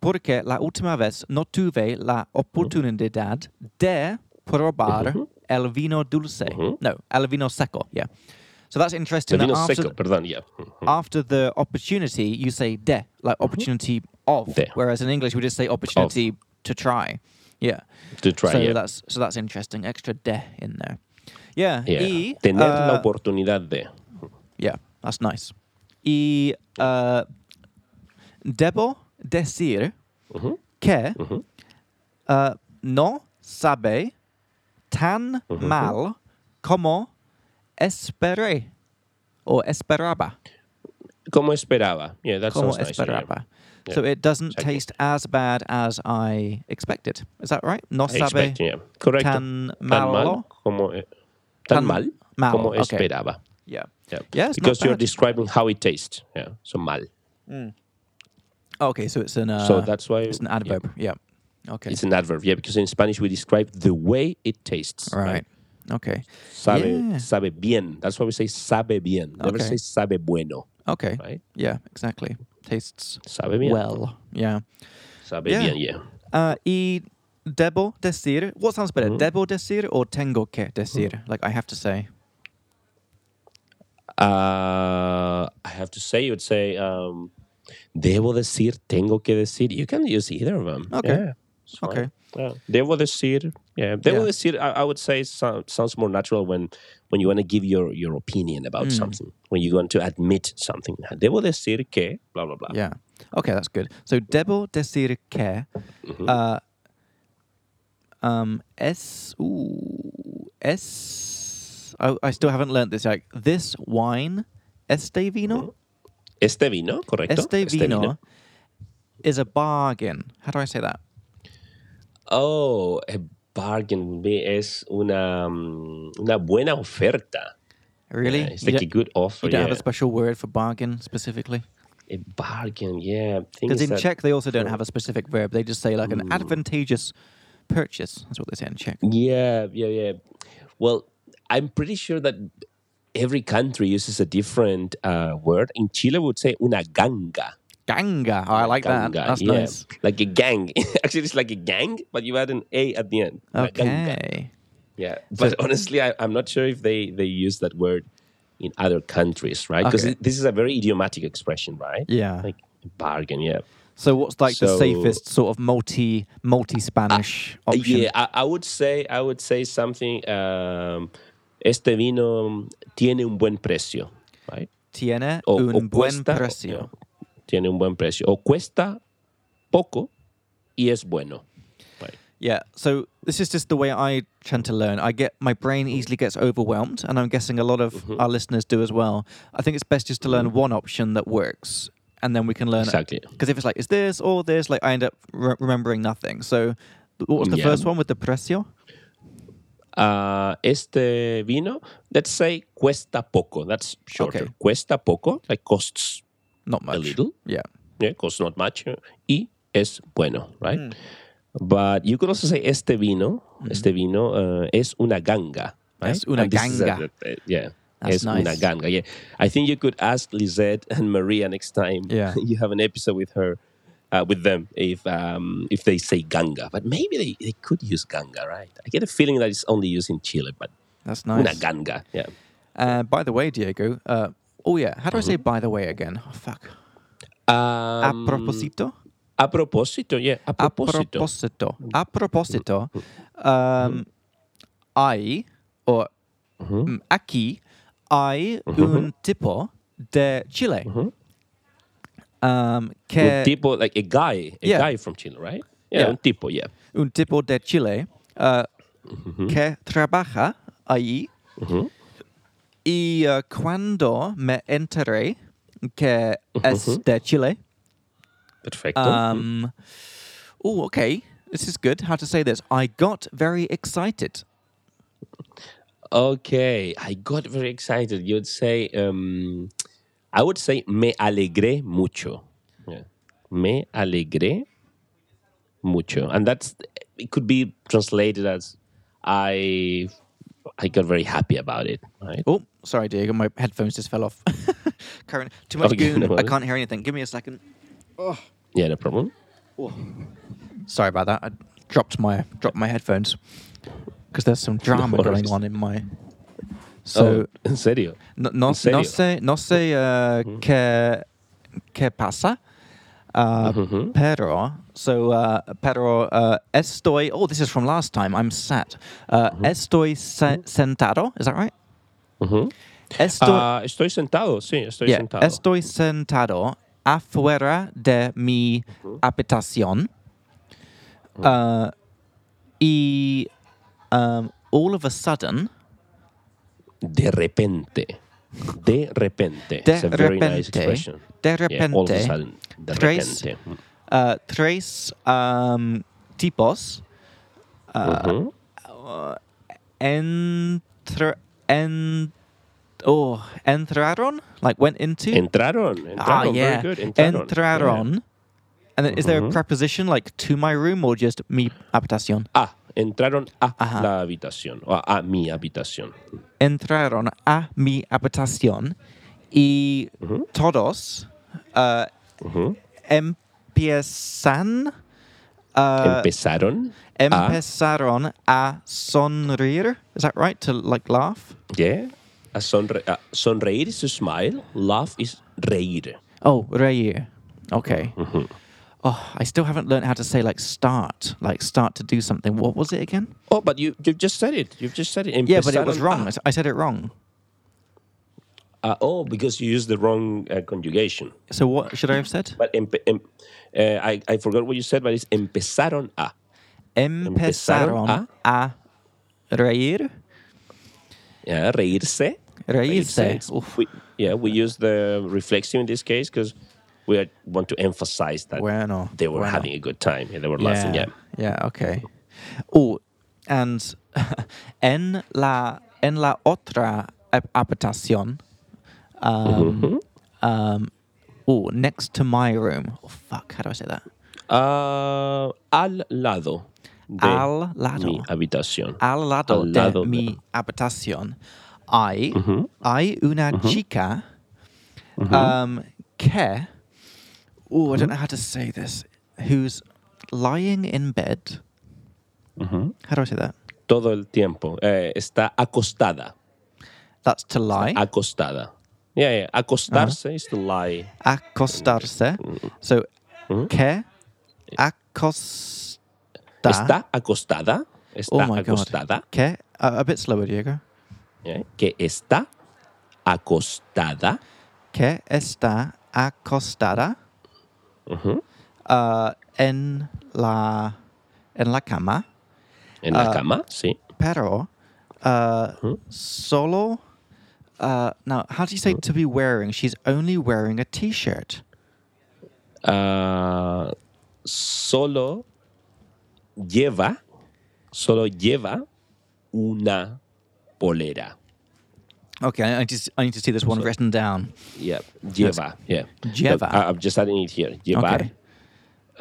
[SPEAKER 1] porque la última vez no tuve la oportunidad de probar
[SPEAKER 2] Mm-hmm.
[SPEAKER 1] el vino dulce. No, el vino seco. Yeah. So that's interesting.
[SPEAKER 2] El
[SPEAKER 1] that
[SPEAKER 2] vino
[SPEAKER 1] after,
[SPEAKER 2] seco, perdón, yeah. Mhm.
[SPEAKER 1] after the opportunity, you say de, like opportunity of.
[SPEAKER 2] Mm-hmm. De.
[SPEAKER 1] Whereas in English, we just say opportunity to try. Yeah.
[SPEAKER 2] To try,
[SPEAKER 1] so
[SPEAKER 2] yeah.
[SPEAKER 1] that's so that's interesting. Extra de in there. Yeah.
[SPEAKER 2] Yeah.
[SPEAKER 1] y,
[SPEAKER 2] Tener la
[SPEAKER 1] uh,
[SPEAKER 2] oportunidad de.
[SPEAKER 1] yeah, that's nice. Y uh, debo decir
[SPEAKER 2] Mm-hmm.
[SPEAKER 1] que uh, no sabe tan
[SPEAKER 2] Mm-hmm.
[SPEAKER 1] mal como esperé o esperaba.
[SPEAKER 2] Como esperaba. Yeah, that
[SPEAKER 1] Como
[SPEAKER 2] sounds nice. yeah.
[SPEAKER 1] esperaba. So it doesn't
[SPEAKER 2] exactly.
[SPEAKER 1] taste as bad as I expected. Is that right? No
[SPEAKER 2] I
[SPEAKER 1] sabe
[SPEAKER 2] expect, yeah. Correcto.
[SPEAKER 1] tan malo.
[SPEAKER 2] como eh, tan,
[SPEAKER 1] Tan
[SPEAKER 2] mal
[SPEAKER 1] malo,
[SPEAKER 2] como
[SPEAKER 1] okay.
[SPEAKER 2] esperaba.
[SPEAKER 1] Yeah.
[SPEAKER 2] Yeah.
[SPEAKER 1] Yeah, it's not
[SPEAKER 2] because you're
[SPEAKER 1] bad.
[SPEAKER 2] describing how it tastes. Yeah. So mal.
[SPEAKER 1] Okay, so it's an uh,
[SPEAKER 2] So that's why
[SPEAKER 1] it's an
[SPEAKER 2] yeah.
[SPEAKER 1] adverb. Yeah. Okay.
[SPEAKER 2] It's an adverb, yeah, because in Spanish we describe the way it tastes.
[SPEAKER 1] right. Okay.
[SPEAKER 2] Sabe,
[SPEAKER 1] Yeah.
[SPEAKER 2] sabe bien. That's why we say sabe bien. Never
[SPEAKER 1] Okay.
[SPEAKER 2] say sabe bueno.
[SPEAKER 1] Okay.
[SPEAKER 2] Right?
[SPEAKER 1] Yeah, exactly. Tastes
[SPEAKER 2] Sabe bien.
[SPEAKER 1] well. Yeah.
[SPEAKER 2] Sabe
[SPEAKER 1] Yeah.
[SPEAKER 2] bien, yeah.
[SPEAKER 1] Uh, y debo decir. What sounds better,
[SPEAKER 2] Mm-hmm.
[SPEAKER 1] debo decir or tengo que decir? Like I have to say.
[SPEAKER 2] Uh, I have to say, you would say, um, debo decir, tengo que decir. You can use either of them.
[SPEAKER 1] Okay.
[SPEAKER 2] Yeah, it's fine.
[SPEAKER 1] Okay.
[SPEAKER 2] Yeah. Debo decir. Yeah. Debo
[SPEAKER 1] Yeah.
[SPEAKER 2] decir, I, I would say, so, sounds more natural when, when you want to give your, your opinion about
[SPEAKER 1] Mm.
[SPEAKER 2] something, when you want to admit something. Debo decir que, blah, blah, blah.
[SPEAKER 1] Yeah.
[SPEAKER 2] Mm-hmm.
[SPEAKER 1] Okay, that's good. So debo decir que uh, Um, es, ooh, es. I, I still haven't learnt this. Like this wine, este vino,
[SPEAKER 2] Mm-hmm. Este vino, correcto.
[SPEAKER 1] este vino, is a bargain. How do I say that?
[SPEAKER 2] Oh, a bargain would be- es una, mm, una buena oferta.
[SPEAKER 1] Really?
[SPEAKER 2] Yeah, it's
[SPEAKER 1] You
[SPEAKER 2] like
[SPEAKER 1] don't-
[SPEAKER 2] a good offer.
[SPEAKER 1] You don't
[SPEAKER 2] Yeah.
[SPEAKER 1] have a special word for bargain specifically?
[SPEAKER 2] a bargain, yeah. thing
[SPEAKER 1] Because
[SPEAKER 2] is
[SPEAKER 1] in
[SPEAKER 2] that-
[SPEAKER 1] Czech, they also don't have a specific verb. They just say like an advantageous purchase. That's what they say in Czech.
[SPEAKER 2] Yeah, yeah, yeah. Well, I'm pretty sure that every country uses a different uh, word. In Chile, we would say una ganga.
[SPEAKER 1] Ganga. Oh, I like that.
[SPEAKER 2] Ganga,
[SPEAKER 1] That's
[SPEAKER 2] yeah.
[SPEAKER 1] nice.
[SPEAKER 2] Like a gang. Actually, it's like a gang, but you add an A at the end. Una ganga.
[SPEAKER 1] Okay.
[SPEAKER 2] Yeah. But honestly, I, I'm not sure if they, they use that word in other countries, right? Because
[SPEAKER 1] Okay.
[SPEAKER 2] this is a very idiomatic expression, right?
[SPEAKER 1] Yeah.
[SPEAKER 2] Like bargain, yeah.
[SPEAKER 1] So what's like the
[SPEAKER 2] So- Ah, uh,
[SPEAKER 1] safest sort of multi multi Spanish option?
[SPEAKER 2] Yeah, I, I would say I would say something. Um, este vino tiene un buen precio, right?
[SPEAKER 1] Tiene
[SPEAKER 2] O,
[SPEAKER 1] un
[SPEAKER 2] o
[SPEAKER 1] buen
[SPEAKER 2] cuesta-
[SPEAKER 1] precio.
[SPEAKER 2] yeah, tiene un buen precio. O cuesta poco y es bueno. Right.
[SPEAKER 1] Yeah. So this is just the way I tend to learn. I get my brain easily gets overwhelmed, and I'm guessing a lot of
[SPEAKER 2] Mm-hmm.
[SPEAKER 1] our listeners do as well. I think it's best just to learn one option that works, and then we can learn
[SPEAKER 2] Exactly.
[SPEAKER 1] Because if it's like, is this or this? Like, I end up re- remembering nothing. So, what was the
[SPEAKER 2] Yeah.
[SPEAKER 1] first one with the precio?
[SPEAKER 2] Uh, este vino, let's say cuesta poco. That's shorter.
[SPEAKER 1] Okay.
[SPEAKER 2] Cuesta poco, like costs
[SPEAKER 1] Not much.
[SPEAKER 2] little?
[SPEAKER 1] Yeah.
[SPEAKER 2] yeah, costs not much, uh, y es bueno, right?
[SPEAKER 1] Hmm.
[SPEAKER 2] But you could also say este vino, este vino uh, es una ganga. Right?
[SPEAKER 1] Es Hmm. una
[SPEAKER 2] And this is a-
[SPEAKER 1] ganga.
[SPEAKER 2] uh, yeah.
[SPEAKER 1] That's
[SPEAKER 2] es una
[SPEAKER 1] nice.
[SPEAKER 2] ganga. Yeah. I think you could ask Lisette and Maria next time
[SPEAKER 1] Yeah.
[SPEAKER 2] you have an episode with her, uh, with them, if um, if they say ganga. But maybe they, they could use ganga, right? I get a feeling that it's only used in Chile, but
[SPEAKER 1] That's
[SPEAKER 2] una
[SPEAKER 1] nice.
[SPEAKER 2] ganga. Yeah.
[SPEAKER 1] Uh, by the way, Diego. Uh, oh yeah. How do I
[SPEAKER 2] Mm-hmm.
[SPEAKER 1] say by the way again? Oh, fuck. A
[SPEAKER 2] Um,
[SPEAKER 1] proposito.
[SPEAKER 2] a propósito, yeah. A
[SPEAKER 1] A
[SPEAKER 2] propósito.
[SPEAKER 1] proposito.
[SPEAKER 2] Mm-hmm.
[SPEAKER 1] A proposito. Um, hay o
[SPEAKER 2] Mm-hmm.
[SPEAKER 1] mm, aquí hay un tipo de Chile.
[SPEAKER 2] Mm-hmm.
[SPEAKER 1] Um,
[SPEAKER 2] Un
[SPEAKER 1] que
[SPEAKER 2] tipo, like a guy, a
[SPEAKER 1] Yeah.
[SPEAKER 2] guy from Chile, right?
[SPEAKER 1] Yeah.
[SPEAKER 2] Yeah, un tipo, yeah.
[SPEAKER 1] un tipo de Chile uh,
[SPEAKER 2] Mm-hmm.
[SPEAKER 1] que trabaja allí. Y uh, cuando me enteré que
[SPEAKER 2] Mm-hmm.
[SPEAKER 1] es de Chile,
[SPEAKER 2] Perfecto. mm-hmm.
[SPEAKER 1] um, oh, okay, this is good. How to say this? I got very excited.
[SPEAKER 2] okay, I got very excited. You'd say, um, I would say, me alegré mucho. Yeah. Me alegré mucho, and that's it. Could be translated as, I, I got very happy about it. Right?
[SPEAKER 1] Oh, sorry, Diego, my headphones just fell off. Karen, too much
[SPEAKER 2] Okay,
[SPEAKER 1] goon.
[SPEAKER 2] Oh, no
[SPEAKER 1] I
[SPEAKER 2] worries.
[SPEAKER 1] can't hear anything. Give me a second.
[SPEAKER 2] Yeah, no problem.
[SPEAKER 1] Sorry about that. I dropped my dropped my headphones because there's some drama going
[SPEAKER 2] worries.
[SPEAKER 1] on in my. So
[SPEAKER 2] oh, en serio.
[SPEAKER 1] No, no,
[SPEAKER 2] ¿En serio? Mm-hmm.
[SPEAKER 1] no sé, no sé uh, qué, qué pasa, uh,
[SPEAKER 2] Mm-hmm.
[SPEAKER 1] pero, so, uh, pero uh, estoy, oh, this is from last time, I'm sat. Uh,
[SPEAKER 2] Mm-hmm.
[SPEAKER 1] Estoy se- sentado, is that right? Estoy,
[SPEAKER 2] Mm-hmm. Ah, estoy sentado, sí, estoy
[SPEAKER 1] yeah,
[SPEAKER 2] sentado.
[SPEAKER 1] estoy sentado afuera de mi
[SPEAKER 2] Mm-hmm.
[SPEAKER 1] habitación. Uh, y um, all of a sudden,
[SPEAKER 2] De repente. De repente.
[SPEAKER 1] De
[SPEAKER 2] It's a very nice
[SPEAKER 1] repente.
[SPEAKER 2] expression.
[SPEAKER 1] De
[SPEAKER 2] Yeah, all of a
[SPEAKER 1] repente.
[SPEAKER 2] sudden, de
[SPEAKER 1] Tres.
[SPEAKER 2] repente. Mm.
[SPEAKER 1] uh, tres um, tipos uh,
[SPEAKER 2] Ujú.
[SPEAKER 1] entra, en, oh, entraron, like went into.
[SPEAKER 2] Entraron. Entraron.
[SPEAKER 1] ah, yeah.
[SPEAKER 2] Very good. Entraron. Mm-hmm.
[SPEAKER 1] Entraron. And then, is there a preposition like to my room or just mi habitación?
[SPEAKER 2] Yeah. Ah, entraron a
[SPEAKER 1] Ajá.
[SPEAKER 2] la habitación. O a, a mi habitación.
[SPEAKER 1] Entraron a mi habitación y
[SPEAKER 2] Mm-hmm.
[SPEAKER 1] todos uh,
[SPEAKER 2] Ujú.
[SPEAKER 1] empiezan, uh,
[SPEAKER 2] Empezaron. a,
[SPEAKER 1] empezaron a sonreír. Is that right? To like laugh?
[SPEAKER 2] yeah, a sonre- a sonreír is to smile. Laugh is reír.
[SPEAKER 1] Oh, reír. Okay. Oh, I still haven't learned how to say like start, like start to do something. What was it again?
[SPEAKER 2] Oh, but you, you've just said it. You've just said it.
[SPEAKER 1] Yeah, but it was
[SPEAKER 2] Empezaron
[SPEAKER 1] wrong. I
[SPEAKER 2] a-
[SPEAKER 1] s- I said it wrong.
[SPEAKER 2] Ah, oh, because you used the wrong uh, conjugation.
[SPEAKER 1] So what should I have said?
[SPEAKER 2] But empe- em- uh, I, I forgot what you said, but it's empezaron a.
[SPEAKER 1] Empezaron,
[SPEAKER 2] Empezaron
[SPEAKER 1] a, reír.
[SPEAKER 2] Yeah, reírse.
[SPEAKER 1] Reírse.
[SPEAKER 2] Oof. We, yeah, we use the reflexive in this case because we are- want to emphasize that
[SPEAKER 1] Bueno,
[SPEAKER 2] they were
[SPEAKER 1] bueno.
[SPEAKER 2] having a good time. Yeah, they were laughing. Yeah.
[SPEAKER 1] Yeah, okay. Oh, and en la en la otra hab- habitación. Um, um, oh, next to my room. Oh, fuck, how do I say that?
[SPEAKER 2] Uh, al lado. De
[SPEAKER 1] Al lado.
[SPEAKER 2] Mi habitación.
[SPEAKER 1] Al lado,
[SPEAKER 2] Al lado
[SPEAKER 1] de
[SPEAKER 2] de-
[SPEAKER 1] mi habitación hay,
[SPEAKER 2] Mm-hmm.
[SPEAKER 1] hay una chica um, que, oh, I
[SPEAKER 2] Mm-hmm.
[SPEAKER 1] don't know how to say this, who's lying in bed.
[SPEAKER 2] Mm-hmm.
[SPEAKER 1] How do I say that?
[SPEAKER 2] Todo el tiempo. Eh, está acostada.
[SPEAKER 1] That's to lie.
[SPEAKER 2] Acostada. Yeah, yeah. Acostarse is to lie.
[SPEAKER 1] acostarse.
[SPEAKER 2] Mm-hmm.
[SPEAKER 1] So, que acosta.
[SPEAKER 2] Está acostada. Está
[SPEAKER 1] oh my
[SPEAKER 2] acostada.
[SPEAKER 1] god. Que a, a bit slower, Diego.
[SPEAKER 2] yeah, Que está acostada.
[SPEAKER 1] Que está acostada uh, en la en la cama,
[SPEAKER 2] En
[SPEAKER 1] Ah.
[SPEAKER 2] la cama, sí.
[SPEAKER 1] pero uh, solo. Uh, now, how do you say to be wearing? She's only wearing a t-shirt.
[SPEAKER 2] Ah, solo lleva, solo lleva una polera.
[SPEAKER 1] Okay, I I just I need to see this one written down.
[SPEAKER 2] Yeah, lleva. Yeah.
[SPEAKER 1] Lleva.
[SPEAKER 2] Look, I- I'm just adding it here. Llevar
[SPEAKER 1] Okay.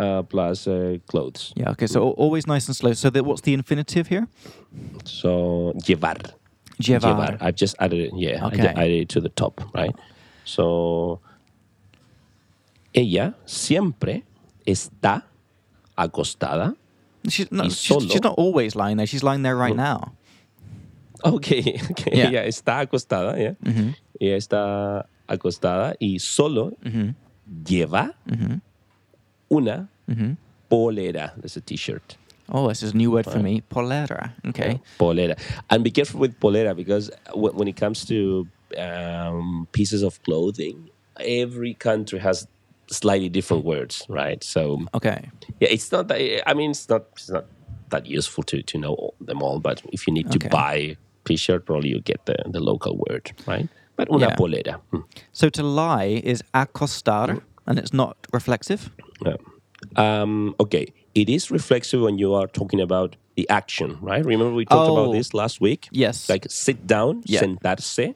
[SPEAKER 2] uh, plus uh, clothes.
[SPEAKER 1] Yeah. Okay. So al- always nice and slow. So that what's the infinitive here?
[SPEAKER 2] So llevar.
[SPEAKER 1] Llevar.
[SPEAKER 2] I've just added it. Yeah, I
[SPEAKER 1] Okay.
[SPEAKER 2] just added it to the top, right? So ella siempre está acostada.
[SPEAKER 1] She's not,
[SPEAKER 2] Y
[SPEAKER 1] she's, she's
[SPEAKER 2] solo.
[SPEAKER 1] not always lying there. She's lying there right now.
[SPEAKER 2] Okay, okay.
[SPEAKER 1] Yeah. Mm-hmm.
[SPEAKER 2] Ella está acostada, yeah. Ella está acostada y solo
[SPEAKER 1] Mm-hmm.
[SPEAKER 2] lleva una
[SPEAKER 1] Mm-hmm.
[SPEAKER 2] polera. That's a t-shirt.
[SPEAKER 1] Oh, this is a new word for me. Polera. Okay.
[SPEAKER 2] Polera. And be careful with polera because w- when it comes to um, pieces of clothing, every country has slightly different words, right? So
[SPEAKER 1] Okay.
[SPEAKER 2] yeah, it's not. That, I mean, it's not. It's not that useful to to know all, them all. But if you need
[SPEAKER 1] Okay.
[SPEAKER 2] to buy T-shirt, probably you get the the local word, right? But una
[SPEAKER 1] Yeah.
[SPEAKER 2] polera. Hmm.
[SPEAKER 1] So to lie is acostar, and it's not reflexive.
[SPEAKER 2] Yeah. Um, okay, it is reflexive when you are talking about the action, right? Remember we talked
[SPEAKER 1] Oh.
[SPEAKER 2] about this last week.
[SPEAKER 1] Yes.
[SPEAKER 2] Like sit down,
[SPEAKER 1] Yeah.
[SPEAKER 2] sentarse,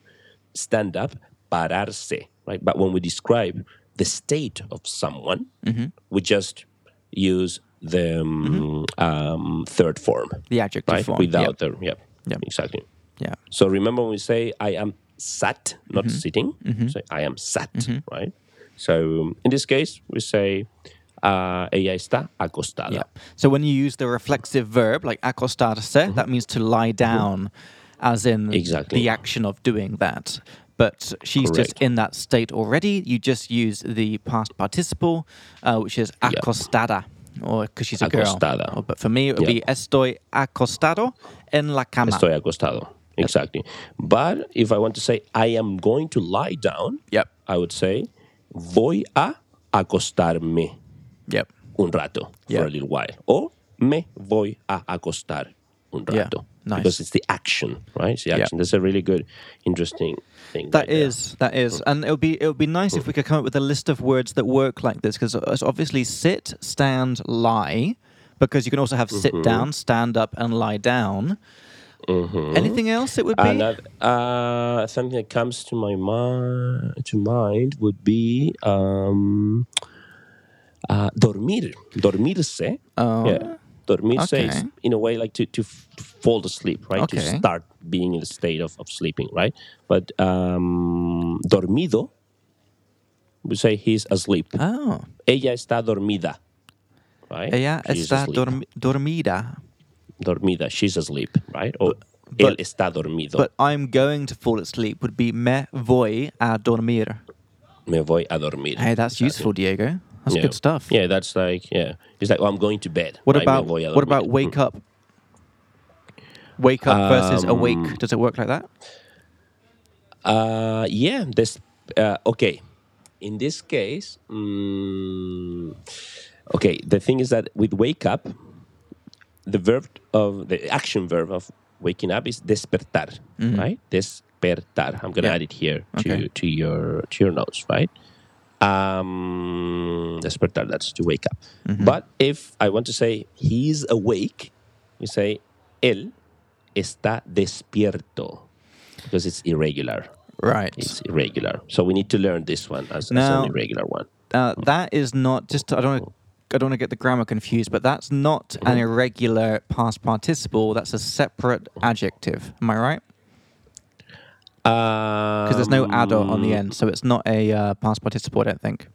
[SPEAKER 2] stand up, pararse, right? But when we describe the state of someone,
[SPEAKER 1] Mm-hmm.
[SPEAKER 2] we just use the um, um, third form,
[SPEAKER 1] The adjective
[SPEAKER 2] right?
[SPEAKER 1] form.
[SPEAKER 2] Without the yeah,
[SPEAKER 1] Yeah.
[SPEAKER 2] exactly.
[SPEAKER 1] Yeah.
[SPEAKER 2] So remember when we say I am sat, not
[SPEAKER 1] Mm-hmm.
[SPEAKER 2] sitting. So I am sat, right? So um, in this case, we say uh, ella está acostada.
[SPEAKER 1] Yeah. So when you use the reflexive verb like acostarse, that means to lie down, as in
[SPEAKER 2] Mm-hmm. Exactly.
[SPEAKER 1] the action of doing that. But she's just
[SPEAKER 2] Correct.
[SPEAKER 1] in that state already. You just use the past participle, uh, which is acostada, or because she's a girl.
[SPEAKER 2] Acostada.
[SPEAKER 1] Or- but for me, it would
[SPEAKER 2] Yeah.
[SPEAKER 1] be estoy acostado en la cama.
[SPEAKER 2] Estoy acostado. Exactly. But if I want to say I am going to lie down,
[SPEAKER 1] Yep.
[SPEAKER 2] I would say voy a acostarme
[SPEAKER 1] Yep.
[SPEAKER 2] un rato
[SPEAKER 1] Yeah.
[SPEAKER 2] for a little while. Or me voy a acostar un
[SPEAKER 1] Yeah.
[SPEAKER 2] rato.
[SPEAKER 1] Nice.
[SPEAKER 2] Because it's the action, right? It's the
[SPEAKER 1] Yeah.
[SPEAKER 2] action. That's a really good, interesting thing.
[SPEAKER 1] That
[SPEAKER 2] right there.
[SPEAKER 1] is, that is, and it would be it would be nice if we could come up with a list of words that work like this because it's obviously sit, stand, lie, because you can also have sit
[SPEAKER 2] Mm-hmm.
[SPEAKER 1] down, stand up, and lie down.
[SPEAKER 2] Mm-hmm.
[SPEAKER 1] Anything else? It would be
[SPEAKER 2] Another, uh, something that comes to my mind to mind would be um, uh, dormir, dormirse.
[SPEAKER 1] Oh,
[SPEAKER 2] yeah. Dormirse is
[SPEAKER 1] okay.
[SPEAKER 2] in a way like to, to f- to fall asleep, right?
[SPEAKER 1] Okay.
[SPEAKER 2] To start being in a state of, of sleeping, right? But um, dormido, we say he's asleep.
[SPEAKER 1] oh,
[SPEAKER 2] Ella está dormida, right?
[SPEAKER 1] ella
[SPEAKER 2] She's
[SPEAKER 1] está
[SPEAKER 2] asleep.
[SPEAKER 1] dorm- dormida,
[SPEAKER 2] dormida. She's asleep, right? Or él
[SPEAKER 1] but-
[SPEAKER 2] está dormido.
[SPEAKER 1] but I'm going to fall asleep would be me voy a dormir.
[SPEAKER 2] me voy a dormir.
[SPEAKER 1] Hey, that's
[SPEAKER 2] Exactly.
[SPEAKER 1] useful, Diego. That's
[SPEAKER 2] yeah.
[SPEAKER 1] good stuff.
[SPEAKER 2] Yeah, that's like yeah. It's like well, I'm going to bed.
[SPEAKER 1] What
[SPEAKER 2] right? Me
[SPEAKER 1] about
[SPEAKER 2] voy a
[SPEAKER 1] what
[SPEAKER 2] dormir. Mm.
[SPEAKER 1] about wake up? Wake up versus
[SPEAKER 2] Um,
[SPEAKER 1] awake. Does it work like that?
[SPEAKER 2] Uh, yeah, this uh, okay. In this case, mm, okay. The thing is that with wake up, the verb of the action verb of waking up is despertar, right? Despertar. I'm
[SPEAKER 1] Mm-hmm.
[SPEAKER 2] gonna
[SPEAKER 1] Yeah.
[SPEAKER 2] add it here to
[SPEAKER 1] Okay.
[SPEAKER 2] to your to your notes, right? Um, despertar. That's to wake up.
[SPEAKER 1] Mm-hmm.
[SPEAKER 2] But if I want to say he's awake, you say él está despierto because it's irregular.
[SPEAKER 1] Right.
[SPEAKER 2] It's irregular. So we need to learn this one as,
[SPEAKER 1] Now-
[SPEAKER 2] as an irregular one.
[SPEAKER 1] Uh, that is not just. I don't. Wanna, I don't want to get the grammar confused, but that's not an irregular past participle. That's a separate adjective. Am I right? Because
[SPEAKER 2] Because
[SPEAKER 1] there's no adult on the
[SPEAKER 2] Um,
[SPEAKER 1] end, so it's not a uh, past participle. I don't think.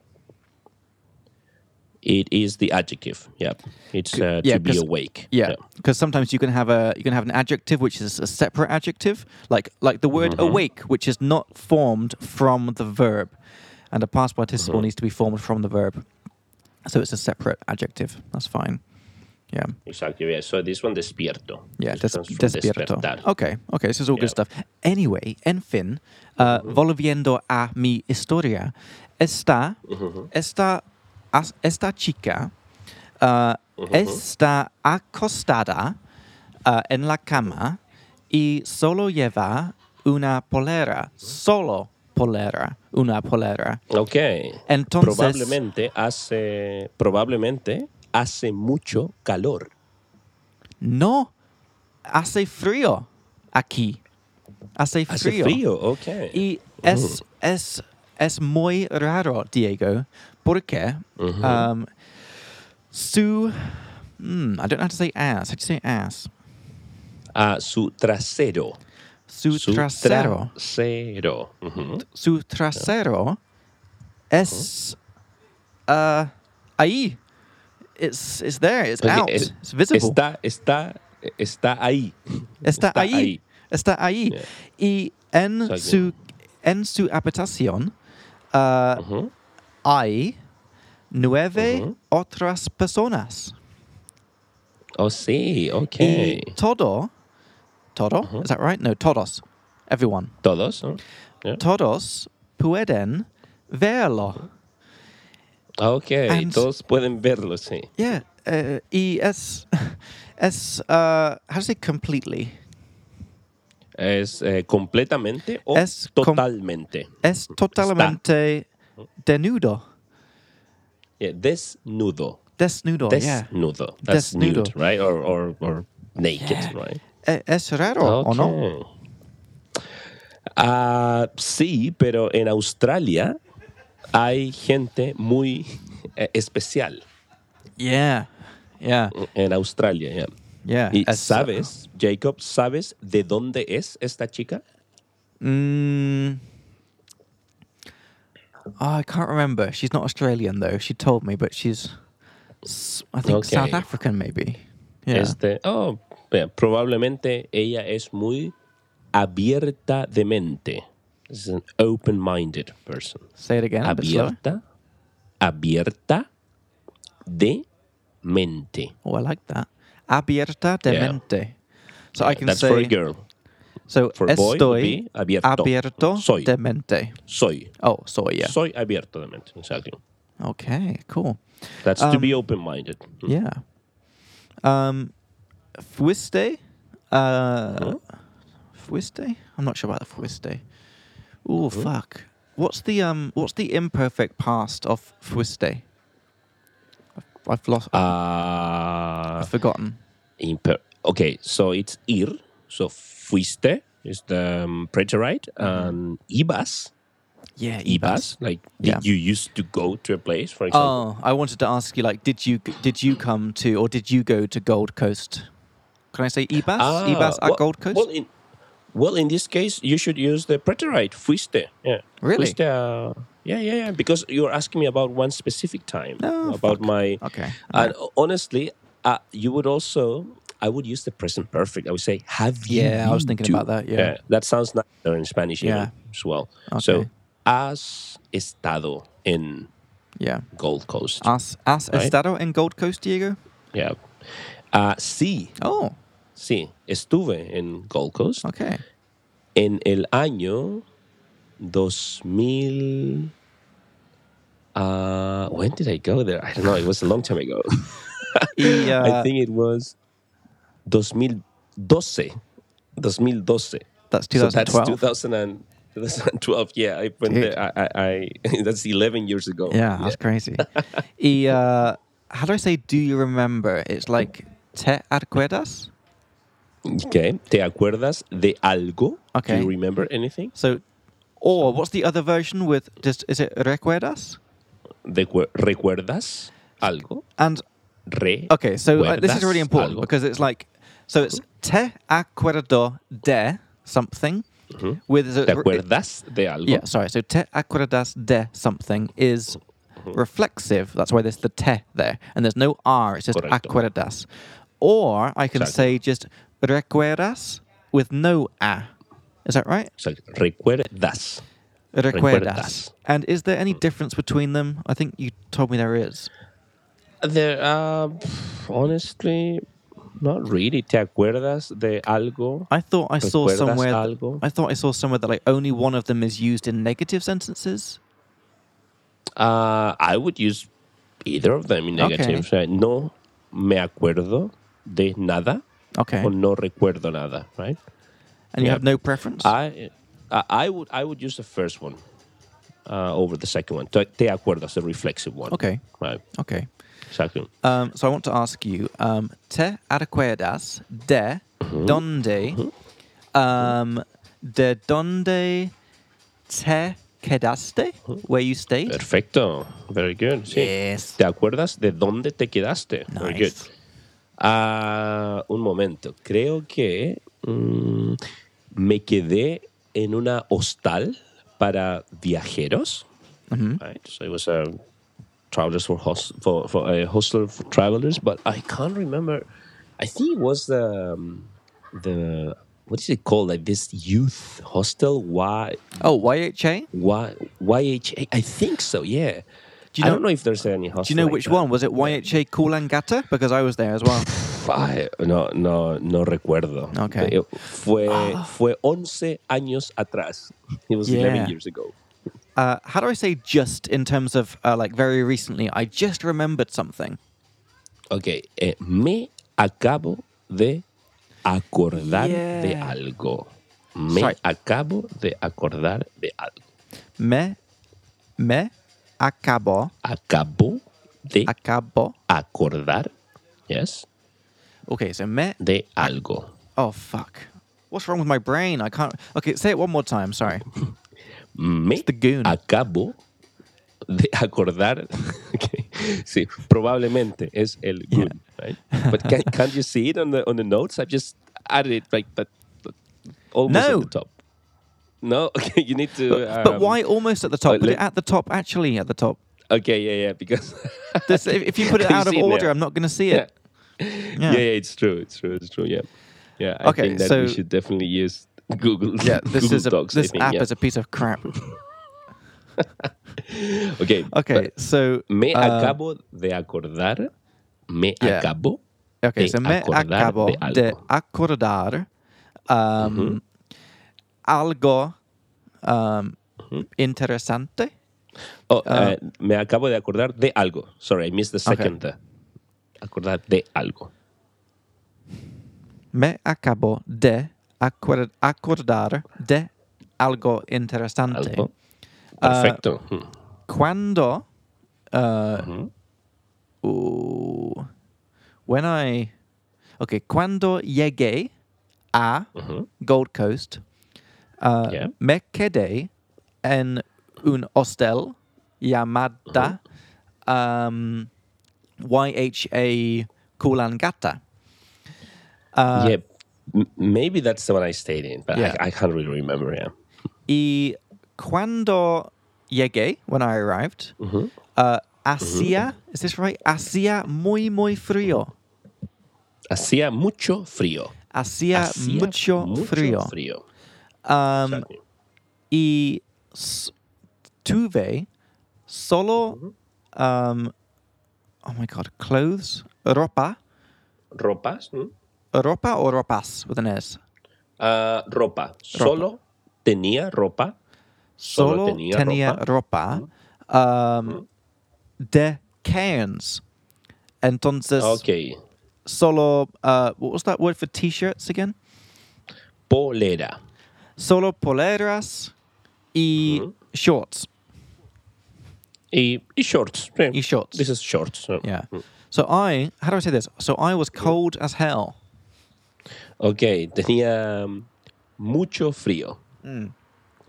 [SPEAKER 2] It is the adjective. Yep. It's uh,
[SPEAKER 1] yeah,
[SPEAKER 2] to be
[SPEAKER 1] 'cause-
[SPEAKER 2] awake.
[SPEAKER 1] Yeah, because sometimes you can have a you can have an adjective which is a separate adjective, like like the word awake, which is not formed from the verb, and a past participle needs to be formed from the verb, so it's a separate adjective. That's fine. Yeah,
[SPEAKER 2] Exactly. Yeah. So this one, despierto.
[SPEAKER 1] yeah.
[SPEAKER 2] This
[SPEAKER 1] Des-
[SPEAKER 2] comes from
[SPEAKER 1] despierto. Oh.
[SPEAKER 2] despertar.
[SPEAKER 1] Okay, okay. This is all
[SPEAKER 2] Yeah.
[SPEAKER 1] good stuff. Anyway, en fin, uh, volviendo a mi historia, esta
[SPEAKER 2] Mm-hmm.
[SPEAKER 1] esta as- esta chica uh, está acostada uh, en la cama y solo lleva una polera, solo polera, una polera.
[SPEAKER 2] Okay.
[SPEAKER 1] Entonces,
[SPEAKER 2] probablemente hace probablemente hace mucho calor.
[SPEAKER 1] no hace frío aquí, hace
[SPEAKER 2] Hace
[SPEAKER 1] frío.
[SPEAKER 2] frío. Okay.
[SPEAKER 1] Y es, es, es muy raro, Diego, porque um, su... mm, I don't know how to say ass. How do you say ass?
[SPEAKER 2] Ah, su trasero.
[SPEAKER 1] Su,
[SPEAKER 2] Su
[SPEAKER 1] trasero.
[SPEAKER 2] trasero. Mm-hmm. Ujú.
[SPEAKER 1] su trasero es uh, ahí. It's, it's there. It's
[SPEAKER 2] Oye,
[SPEAKER 1] out.
[SPEAKER 2] es-
[SPEAKER 1] it's visible.
[SPEAKER 2] Está, está, está ahí.
[SPEAKER 1] Está, ahí. Está ahí.
[SPEAKER 2] Yeah.
[SPEAKER 1] Y en
[SPEAKER 2] Está aquí.
[SPEAKER 1] su, en su habitación uh,
[SPEAKER 2] Ujú.
[SPEAKER 1] hay nueve
[SPEAKER 2] Ujú.
[SPEAKER 1] otras personas.
[SPEAKER 2] Oh, sí. Ok.
[SPEAKER 1] Y todo, todo, is that right? No, todos, everyone.
[SPEAKER 2] Todos. ¿no? Yeah.
[SPEAKER 1] Todos pueden verlo.
[SPEAKER 2] Ah, Ok.
[SPEAKER 1] And-
[SPEAKER 2] Todos pueden verlo, sí.
[SPEAKER 1] Yeah, uh, y es, es, uh, how to say completely?
[SPEAKER 2] Es eh, completamente o
[SPEAKER 1] Es com-
[SPEAKER 2] totalmente.
[SPEAKER 1] Es totalmente desnudo.
[SPEAKER 2] Yeah, desnudo.
[SPEAKER 1] Desnudo, Oh, yeah.
[SPEAKER 2] Desnudo. That's
[SPEAKER 1] Desnudo.
[SPEAKER 2] nude, right? Or, or, or naked, right?
[SPEAKER 1] E- Es raro, ¿o no?
[SPEAKER 2] Okay. Ah, sí, pero en Australia hay gente muy eh, especial.
[SPEAKER 1] Yeah, yeah,
[SPEAKER 2] En Australia, yeah.
[SPEAKER 1] yeah.
[SPEAKER 2] ¿Y
[SPEAKER 1] es-
[SPEAKER 2] sabes, Jacob, sabes de dónde es esta chica?
[SPEAKER 1] Mm, oh, I can't remember. She's not Australian though. She told me, but she's s- I think
[SPEAKER 2] Okay.
[SPEAKER 1] South African maybe. Yeah.
[SPEAKER 2] Este, oh, vea, probablemente ella es muy abierta de mente. Es an open-minded person.
[SPEAKER 1] Say it again. A bit slower.
[SPEAKER 2] Abierta, abierta de mente.
[SPEAKER 1] Oh, I like that. Abierta de
[SPEAKER 2] Yeah.
[SPEAKER 1] mente. So I can
[SPEAKER 2] That's
[SPEAKER 1] say
[SPEAKER 2] for a girl.
[SPEAKER 1] so
[SPEAKER 2] For a boy would
[SPEAKER 1] estoy
[SPEAKER 2] be abierto.
[SPEAKER 1] abierto
[SPEAKER 2] Soy.
[SPEAKER 1] de mente.
[SPEAKER 2] Soy.
[SPEAKER 1] Oh, so yeah.
[SPEAKER 2] Soy abierto de mente. Exactly.
[SPEAKER 1] Okay, cool.
[SPEAKER 2] That's to
[SPEAKER 1] Um,
[SPEAKER 2] be open-minded.
[SPEAKER 1] Yeah. Um, fuiste. Uh, fuiste. I'm not sure about the fuiste. Ooh, fuck. What's the um? What's the imperfect past of fuiste? I've, I've lost.
[SPEAKER 2] Ah,
[SPEAKER 1] I've forgotten.
[SPEAKER 2] Imper- okay, so it's ir. So fuiste is the um, preterite. And ibas,
[SPEAKER 1] Yeah,
[SPEAKER 2] ibas. Like, did
[SPEAKER 1] Yeah.
[SPEAKER 2] you used to go to a place, for example?
[SPEAKER 1] Oh, I wanted to ask you. Like, did you did you come to or did you go to Gold Coast? Can I say ibas? Oh, ibas at
[SPEAKER 2] Ah, well-
[SPEAKER 1] Gold Coast?
[SPEAKER 2] Well in, well, in this case, you should use the preterite fuiste. Yeah.
[SPEAKER 1] Really?
[SPEAKER 2] Fuiste. uh, yeah, yeah, yeah. Because you're asking me about one specific time.
[SPEAKER 1] No,
[SPEAKER 2] about
[SPEAKER 1] fuck.
[SPEAKER 2] my.
[SPEAKER 1] okay.
[SPEAKER 2] And honestly, uh, you would also. I would use the present perfect. I would say, "Have you?"
[SPEAKER 1] Yeah, I was
[SPEAKER 2] been
[SPEAKER 1] thinking
[SPEAKER 2] to?"
[SPEAKER 1] about that, yeah.
[SPEAKER 2] that sounds nicer in Spanish.
[SPEAKER 1] Yeah.
[SPEAKER 2] Yeah, as well. So,
[SPEAKER 1] Okay.
[SPEAKER 2] has estado in
[SPEAKER 1] Yeah.
[SPEAKER 2] Gold Coast?
[SPEAKER 1] As as
[SPEAKER 2] Right.
[SPEAKER 1] estado en Gold Coast, Diego?
[SPEAKER 2] yeah. Uh, sí,
[SPEAKER 1] Oh,
[SPEAKER 2] sí, estuve en Gold Coast
[SPEAKER 1] okay.
[SPEAKER 2] en el año 2000. ah, Uh, when did I go there? I don't know. It was a long time ago.
[SPEAKER 1] Y, uh,
[SPEAKER 2] I think it was 2012. 2012.
[SPEAKER 1] That's
[SPEAKER 2] So that's
[SPEAKER 1] 2012.
[SPEAKER 2] 2000 and- 2012. Yeah, I went
[SPEAKER 1] Dude.
[SPEAKER 2] there. I, I, I that's 11 years ago.
[SPEAKER 1] yeah, that's crazy. y, uh, how do I say do you remember? It's like te acuerdas?
[SPEAKER 2] Okay. ¿Te acuerdas de algo?
[SPEAKER 1] Okay.
[SPEAKER 2] Do you remember anything?
[SPEAKER 1] So, or what's the other version with just, is it recuerdas?
[SPEAKER 2] ¿De cu- ¿Recuerdas algo?
[SPEAKER 1] And
[SPEAKER 2] Re.
[SPEAKER 1] Okay, so uh, this is really
[SPEAKER 2] ¿Recuerdas
[SPEAKER 1] important
[SPEAKER 2] algo?
[SPEAKER 1] because it's like, so it's te acuerdo de something
[SPEAKER 2] Ujú.
[SPEAKER 1] with
[SPEAKER 2] ¿Te
[SPEAKER 1] a,
[SPEAKER 2] acuerdas de algo?
[SPEAKER 1] yeah, sorry. So te acuerdas de something is
[SPEAKER 2] Mm-hmm.
[SPEAKER 1] reflexive. That's why there's the te there, and there's no r. It's just
[SPEAKER 2] Correcto.
[SPEAKER 1] acuerdas. Or I can
[SPEAKER 2] Exacto.
[SPEAKER 1] say just recuerdas with no a. Is that right?
[SPEAKER 2] O sea, ¿Recuerdas?
[SPEAKER 1] Recuerdas.
[SPEAKER 2] Recuerdas. Mm.
[SPEAKER 1] And is there any difference between them? I think you told me there is.
[SPEAKER 2] There, uh, pff, honestly, not really. ¿Te acuerdas de algo?
[SPEAKER 1] I thought I saw
[SPEAKER 2] ¿Recuerdas
[SPEAKER 1] somewhere.
[SPEAKER 2] algo?
[SPEAKER 1] I thought I saw somewhere that like only one of them is used in negative sentences.
[SPEAKER 2] Uh, I would use either of them in
[SPEAKER 1] Okay.
[SPEAKER 2] negative. right? No me acuerdo de nada
[SPEAKER 1] Okay,
[SPEAKER 2] o no recuerdo nada, right?
[SPEAKER 1] and you
[SPEAKER 2] yeah. Ah.
[SPEAKER 1] have no preference.
[SPEAKER 2] I, I I would I would use the first one uh, over the second one. Te te acuerdas, the reflexive one.
[SPEAKER 1] okay,
[SPEAKER 2] Right.
[SPEAKER 1] okay.
[SPEAKER 2] Exactly.
[SPEAKER 1] Um, so I want to ask you: um, Te acuerdas de donde? Um, de donde te quedaste? Where you stayed?
[SPEAKER 2] Perfecto. Very good. Sí.
[SPEAKER 1] Yes.
[SPEAKER 2] ¿Te acuerdas de dónde te quedaste? Very good.
[SPEAKER 1] Nice.
[SPEAKER 2] Ah, un momento. Creo que mm, me quedé en una hostal para viajeros. Right, So it was a travelers for hos- for, for a hostel for travelers, but I can't remember. I think it was the um, the what is it called? Like this youth hostel? Why?
[SPEAKER 1] Oh, YHA.
[SPEAKER 2] Why? YHA? I think so. Yeah.
[SPEAKER 1] Do you
[SPEAKER 2] I
[SPEAKER 1] know-
[SPEAKER 2] don't know if there's any hostel.
[SPEAKER 1] Do you know
[SPEAKER 2] like
[SPEAKER 1] which
[SPEAKER 2] that.
[SPEAKER 1] one? Was it YHA Coolangatta? Because I was there as well.
[SPEAKER 2] Ay, no, no, no recuerdo.
[SPEAKER 1] Ok.
[SPEAKER 2] Eh, Fue,
[SPEAKER 1] Ah.
[SPEAKER 2] fue 11 años atrás. It was
[SPEAKER 1] Yeah.
[SPEAKER 2] 11 years ago.
[SPEAKER 1] uh, how do I say just in terms of uh, like very recently? I just remembered something.
[SPEAKER 2] Ok, eh, me acabo de acordar
[SPEAKER 1] Yeah.
[SPEAKER 2] de algo. Me
[SPEAKER 1] Sorry.
[SPEAKER 2] acabo de acordar de algo.
[SPEAKER 1] Me, me acabo,
[SPEAKER 2] Acabo de
[SPEAKER 1] acabo.
[SPEAKER 2] acordar, yes,
[SPEAKER 1] Okay, so me.
[SPEAKER 2] de algo.
[SPEAKER 1] Oh fuck! What's wrong with my brain? I can't. Okay, say it one more time. Sorry.
[SPEAKER 2] Me
[SPEAKER 1] the goon.
[SPEAKER 2] acabo de acordar. Okay. Sí, probablemente es el good, right? But can, can't you see it on the on the notes? I've just added it like that, that almost
[SPEAKER 1] No.
[SPEAKER 2] at the top. No, okay, you need to.
[SPEAKER 1] but
[SPEAKER 2] um,
[SPEAKER 1] why almost at the top?
[SPEAKER 2] uh,
[SPEAKER 1] Put it
[SPEAKER 2] let-
[SPEAKER 1] at the top. Actually, at the top.
[SPEAKER 2] Okay, yeah, yeah, because
[SPEAKER 1] This, if, if you put it
[SPEAKER 2] Can you
[SPEAKER 1] out of
[SPEAKER 2] see it now?
[SPEAKER 1] order, I'm not going to see it.
[SPEAKER 2] yeah.
[SPEAKER 1] Yeah.
[SPEAKER 2] yeah, it's true, it's true, it's true. Yeah, yeah. I
[SPEAKER 1] Okay,
[SPEAKER 2] think that
[SPEAKER 1] so-
[SPEAKER 2] we should definitely use Google.
[SPEAKER 1] Yeah, This
[SPEAKER 2] Google
[SPEAKER 1] is a,
[SPEAKER 2] Docs, I
[SPEAKER 1] this
[SPEAKER 2] think,
[SPEAKER 1] app
[SPEAKER 2] yeah.
[SPEAKER 1] is a piece of crap. Okay,
[SPEAKER 2] okay. but
[SPEAKER 1] so
[SPEAKER 2] Me
[SPEAKER 1] uh,
[SPEAKER 2] acabo de acordar. Me
[SPEAKER 1] Yeah.
[SPEAKER 2] acabo.
[SPEAKER 1] Okay,
[SPEAKER 2] de
[SPEAKER 1] so me
[SPEAKER 2] acordar de
[SPEAKER 1] acabo de,
[SPEAKER 2] algo. Mm-hmm.
[SPEAKER 1] acordar um, algo um,
[SPEAKER 2] Mm-hmm.
[SPEAKER 1] interesante.
[SPEAKER 2] Oh,
[SPEAKER 1] Ah.
[SPEAKER 2] eh, me acabo de acordar de algo. Sorry, I missed the second. there. Acordar de algo.
[SPEAKER 1] Me acabo de acuer- acordar de algo interesante.
[SPEAKER 2] Algo.
[SPEAKER 1] Ah,
[SPEAKER 2] Perfecto. Mm.
[SPEAKER 1] Cuando. Uh, ooh, when I. Okay, cuando llegué a Gold Coast, ah,
[SPEAKER 2] Yeah.
[SPEAKER 1] me quedé en un hostel llamada um, YHA Kulangata.
[SPEAKER 2] yeah. M- maybe that's the one I stayed in, but
[SPEAKER 1] ah. Yeah.
[SPEAKER 2] I, I can't really remember. Yeah.
[SPEAKER 1] Y cuando llegué, when I arrived, uh, hacía, is this right? Hacía muy, muy frío.
[SPEAKER 2] Hacía mucho frío.
[SPEAKER 1] Hacía,
[SPEAKER 2] Hacía
[SPEAKER 1] mucho, frío.
[SPEAKER 2] frío.
[SPEAKER 1] Um,
[SPEAKER 2] Exactly.
[SPEAKER 1] y s- tuve solo, um, oh my god, clothes, ropa,
[SPEAKER 2] Ropas. mm.
[SPEAKER 1] ropa o ropas with an S.
[SPEAKER 2] Ah, ropa. Solo tenía ropa.
[SPEAKER 1] Solo
[SPEAKER 2] Solo tenía
[SPEAKER 1] ropa, um, de Cairns. Entonces,
[SPEAKER 2] Ah, Ok.
[SPEAKER 1] solo, uh, what was that word for t shirts again?
[SPEAKER 2] Polera.
[SPEAKER 1] Solo poleras y shorts.
[SPEAKER 2] Y, y shorts. sí.
[SPEAKER 1] Y shorts.
[SPEAKER 2] This is shorts. ¿no?
[SPEAKER 1] Yeah. So I, how do I say this? So I was cold as hell.
[SPEAKER 2] Ok, tenía um, mucho frío.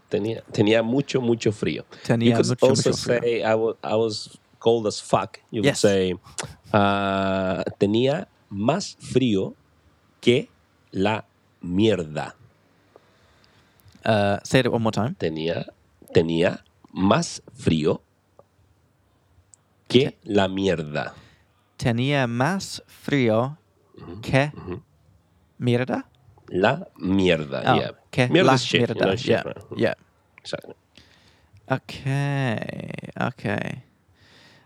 [SPEAKER 2] Tenía, tenía mucho, mucho frío.
[SPEAKER 1] Mm. Tenía
[SPEAKER 2] you could
[SPEAKER 1] mucho,
[SPEAKER 2] also
[SPEAKER 1] mucho frío.
[SPEAKER 2] say I was, I was cold as fuck. You
[SPEAKER 1] Yes.
[SPEAKER 2] could say ah, tenía más frío que la mierda.
[SPEAKER 1] Uh, say it one more time.
[SPEAKER 2] Tenía, tenía más frío que la mierda.
[SPEAKER 1] Tenía más frío
[SPEAKER 2] Mm-hmm.
[SPEAKER 1] que mierda.
[SPEAKER 2] La mierda.
[SPEAKER 1] Oh,
[SPEAKER 2] Uh, yeah.
[SPEAKER 1] que
[SPEAKER 2] mierda
[SPEAKER 1] la
[SPEAKER 2] is shit, you
[SPEAKER 1] mierda.
[SPEAKER 2] know, shit,
[SPEAKER 1] yeah.
[SPEAKER 2] right? Mm-hmm.
[SPEAKER 1] yeah.
[SPEAKER 2] Exactly.
[SPEAKER 1] Okay. Okay.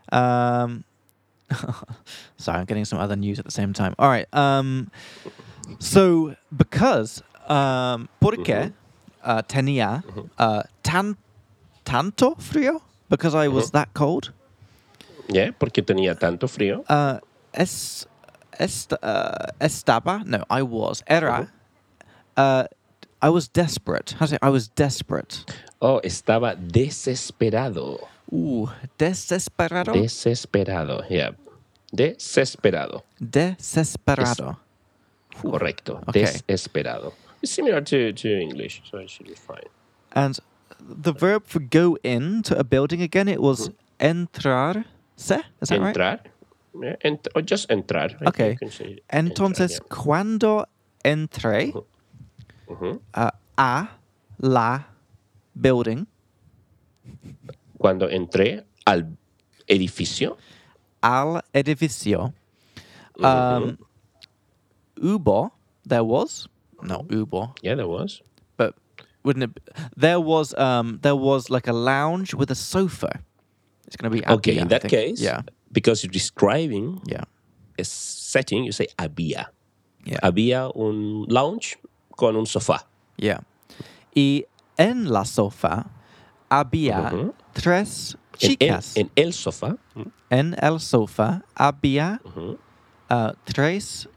[SPEAKER 1] Um, sorry, I'm getting some other news at the same time. All right. Um, so because um,
[SPEAKER 2] Mm-hmm.
[SPEAKER 1] porque uh, tenía uh, tan tanto frío because I was
[SPEAKER 2] Mm-hmm.
[SPEAKER 1] that cold.
[SPEAKER 2] Yeah, porque tenía tanto frío.
[SPEAKER 1] Uh, es est, uh, estaba no, I was era. Uh, I was desperate. How to say I was desperate.
[SPEAKER 2] Oh, estaba desesperado.
[SPEAKER 1] Ooh, desesperado.
[SPEAKER 2] Desesperado, yeah. Desesperado.
[SPEAKER 1] Desesperado.
[SPEAKER 2] Correcto.
[SPEAKER 1] Okay.
[SPEAKER 2] Desesperado. It's similar to, to English, so it should be fine.
[SPEAKER 1] And the verb for go into a building again, it was entrar. Se? Is that right?
[SPEAKER 2] entrar. yeah, ent- or just entrar. I think
[SPEAKER 1] Okay.
[SPEAKER 2] you can say
[SPEAKER 1] Entonces,
[SPEAKER 2] entrar,
[SPEAKER 1] cuando entré
[SPEAKER 2] yeah. Ujú.
[SPEAKER 1] uh, a la building,
[SPEAKER 2] Cuando entré al edificio,
[SPEAKER 1] al edificio, um, hubo, there was, no, hubo,
[SPEAKER 2] yeah, there was.
[SPEAKER 1] but wouldn't it, be- there was, um, there was like a lounge with a sofa. It's going to be
[SPEAKER 2] Okay,
[SPEAKER 1] había,
[SPEAKER 2] in
[SPEAKER 1] I
[SPEAKER 2] that
[SPEAKER 1] think.
[SPEAKER 2] case,
[SPEAKER 1] Yeah.
[SPEAKER 2] because you're describing
[SPEAKER 1] Yeah.
[SPEAKER 2] a setting, you say había.
[SPEAKER 1] Yeah.
[SPEAKER 2] Había un lounge con un sofá.
[SPEAKER 1] Yeah. Y en la sofa había
[SPEAKER 2] Ujú.
[SPEAKER 1] tres
[SPEAKER 2] Mm-hmm. En el,
[SPEAKER 1] chicas. En,
[SPEAKER 2] en el
[SPEAKER 1] el
[SPEAKER 2] sofá.
[SPEAKER 1] sofá había
[SPEAKER 2] Ujú.
[SPEAKER 1] uh, tres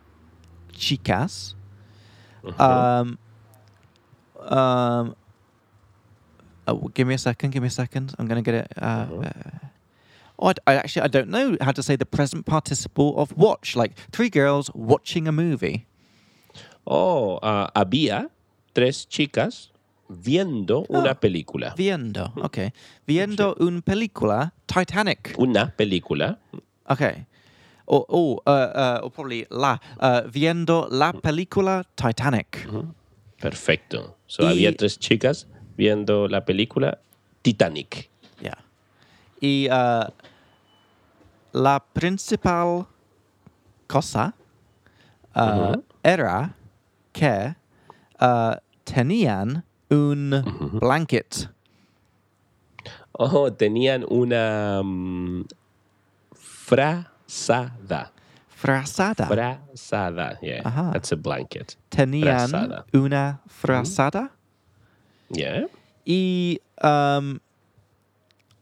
[SPEAKER 1] chicas.
[SPEAKER 2] Ujú.
[SPEAKER 1] Um, um, oh, give me a second. Give me a second. I'm going to get it. Uh, uh, oh, I, d- I actually I don't know how to say the present participle of watch. Like three girls watching a movie.
[SPEAKER 2] Oh, ah, había tres chicas viendo
[SPEAKER 1] Ah.
[SPEAKER 2] una película.
[SPEAKER 1] Viendo. Okay. Viendo un película Titanic.
[SPEAKER 2] Una película.
[SPEAKER 1] Okay. Or, or, uh, uh, or probably la uh, viendo la película Titanic.
[SPEAKER 2] Perfecto. So,
[SPEAKER 1] Y-
[SPEAKER 2] Había tres chicas viendo la película Titanic.
[SPEAKER 1] Yeah. Y uh, la principal cosa uh, era que uh, tenían un blanket.
[SPEAKER 2] Oh, tenían una mm, frazada.
[SPEAKER 1] Frazada.
[SPEAKER 2] Frazada, yeah.
[SPEAKER 1] Ah. Ajá.
[SPEAKER 2] That's a blanket.
[SPEAKER 1] tenían
[SPEAKER 2] frazada.
[SPEAKER 1] una frazada.
[SPEAKER 2] Yeah.
[SPEAKER 1] Y um,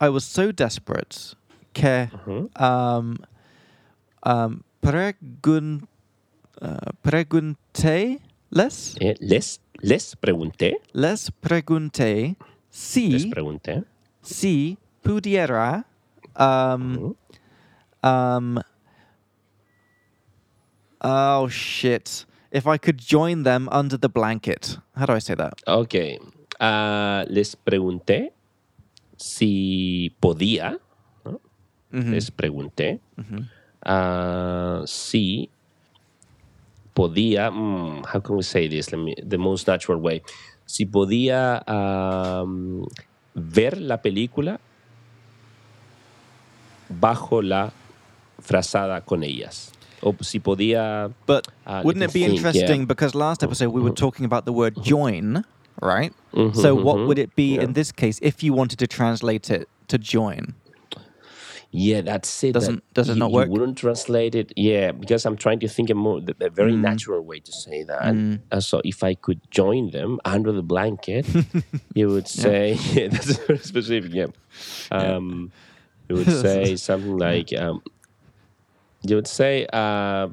[SPEAKER 1] I was so desperate que um, um, pregun uh, pregunté les
[SPEAKER 2] Eh, les, les pregunté,
[SPEAKER 1] les pregunté
[SPEAKER 2] les
[SPEAKER 1] si
[SPEAKER 2] pregunté.
[SPEAKER 1] si pudiera um,
[SPEAKER 2] Mm-hmm.
[SPEAKER 1] um, oh shit if I could join them under the blanket how do I say that
[SPEAKER 2] Ok. Ah, les pregunté si podía. ¿no? Les pregunté ah, si podía. mm, how can we say this? Let me- the most natural way. Si podía am, ver la película bajo la frazada con ellas. O si podía.
[SPEAKER 1] But
[SPEAKER 2] Ah, let
[SPEAKER 1] wouldn't
[SPEAKER 2] me
[SPEAKER 1] it be
[SPEAKER 2] think, yeah. Mm-hmm.
[SPEAKER 1] interesting because last episode we were talking about the word join, right?
[SPEAKER 2] Mm-hmm,
[SPEAKER 1] So what would it be in this case if you wanted to translate it to join?
[SPEAKER 2] Yeah, that's it.
[SPEAKER 1] Doesn't-
[SPEAKER 2] that
[SPEAKER 1] does it
[SPEAKER 2] you-
[SPEAKER 1] not
[SPEAKER 2] you
[SPEAKER 1] work?
[SPEAKER 2] wouldn't translate it. Yeah, because I'm trying to think a more the, a
[SPEAKER 1] Hmm.
[SPEAKER 2] very natural way to say that. Uh, so if I could join them under the blanket, you would say yeah, that's very specific. Yeah, um, you would say something like um, you would say uh,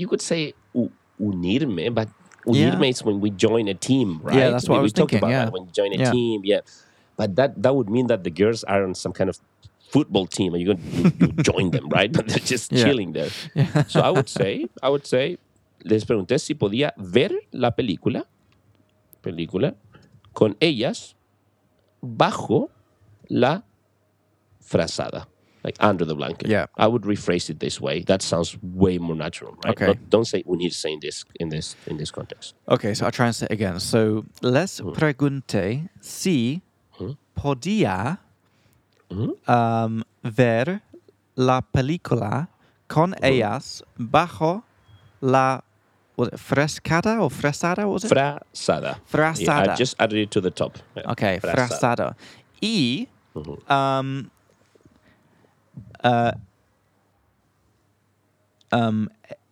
[SPEAKER 2] you could say u- unirme, but unirme is when we join a team, right?
[SPEAKER 1] Yeah, that's what
[SPEAKER 2] we,
[SPEAKER 1] I
[SPEAKER 2] we
[SPEAKER 1] was
[SPEAKER 2] talked
[SPEAKER 1] thinking,
[SPEAKER 2] about
[SPEAKER 1] yeah.
[SPEAKER 2] that when you join a
[SPEAKER 1] Yeah.
[SPEAKER 2] team. Yeah, but that that would mean that the girls are on some kind of football team, and you go- you, you join them, right? But they're just
[SPEAKER 1] Yeah.
[SPEAKER 2] chilling there. so I would say, I would say, les pregunté si podía ver la película, película, con ellas bajo la frazada, like under the blanket.
[SPEAKER 1] Yeah.
[SPEAKER 2] I would rephrase it this way. That sounds way more natural, right?
[SPEAKER 1] Okay.
[SPEAKER 2] Not- don't say unirse in this in this in this context.
[SPEAKER 1] Okay, so I'll translate again. So les pregunté si podía um, ver la película con ellas bajo la was it frescada or fresada? What was it?
[SPEAKER 2] Frazada. Yeah, I
[SPEAKER 1] Frazada.
[SPEAKER 2] just added it to the top. Yeah.
[SPEAKER 1] okay, fresada.
[SPEAKER 2] Frazada.
[SPEAKER 1] Y
[SPEAKER 2] Mhm.
[SPEAKER 1] um, uh, um,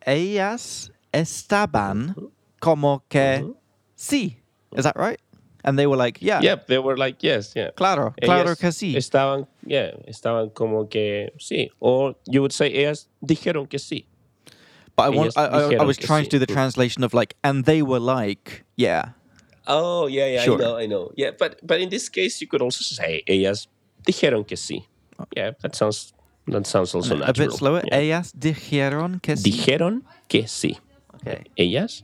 [SPEAKER 1] ellas estaban
[SPEAKER 2] Mm-hmm.
[SPEAKER 1] como que sí. Is that right? And they were like, yeah,
[SPEAKER 2] Yep, they were like, yes, yeah.
[SPEAKER 1] claro, claro
[SPEAKER 2] Ellas
[SPEAKER 1] que sí.
[SPEAKER 2] Estaban, yeah, estaban como que sí. Or you would say ellas dijeron que sí.
[SPEAKER 1] But I, want,
[SPEAKER 2] ellas
[SPEAKER 1] I, I, I
[SPEAKER 2] dijeron
[SPEAKER 1] was
[SPEAKER 2] que
[SPEAKER 1] trying
[SPEAKER 2] sí.
[SPEAKER 1] to do the translation of like, and they were like, yeah,
[SPEAKER 2] Oh, yeah, yeah,
[SPEAKER 1] Sure.
[SPEAKER 2] I know, I know. Yeah, but but in this case, you could also say ellas dijeron que sí. Yeah, that sounds that sounds also
[SPEAKER 1] a
[SPEAKER 2] natural.
[SPEAKER 1] bit slower.
[SPEAKER 2] Yeah.
[SPEAKER 1] Ellas dijeron que sí.
[SPEAKER 2] Dijeron que sí.
[SPEAKER 1] Okay.
[SPEAKER 2] Ellas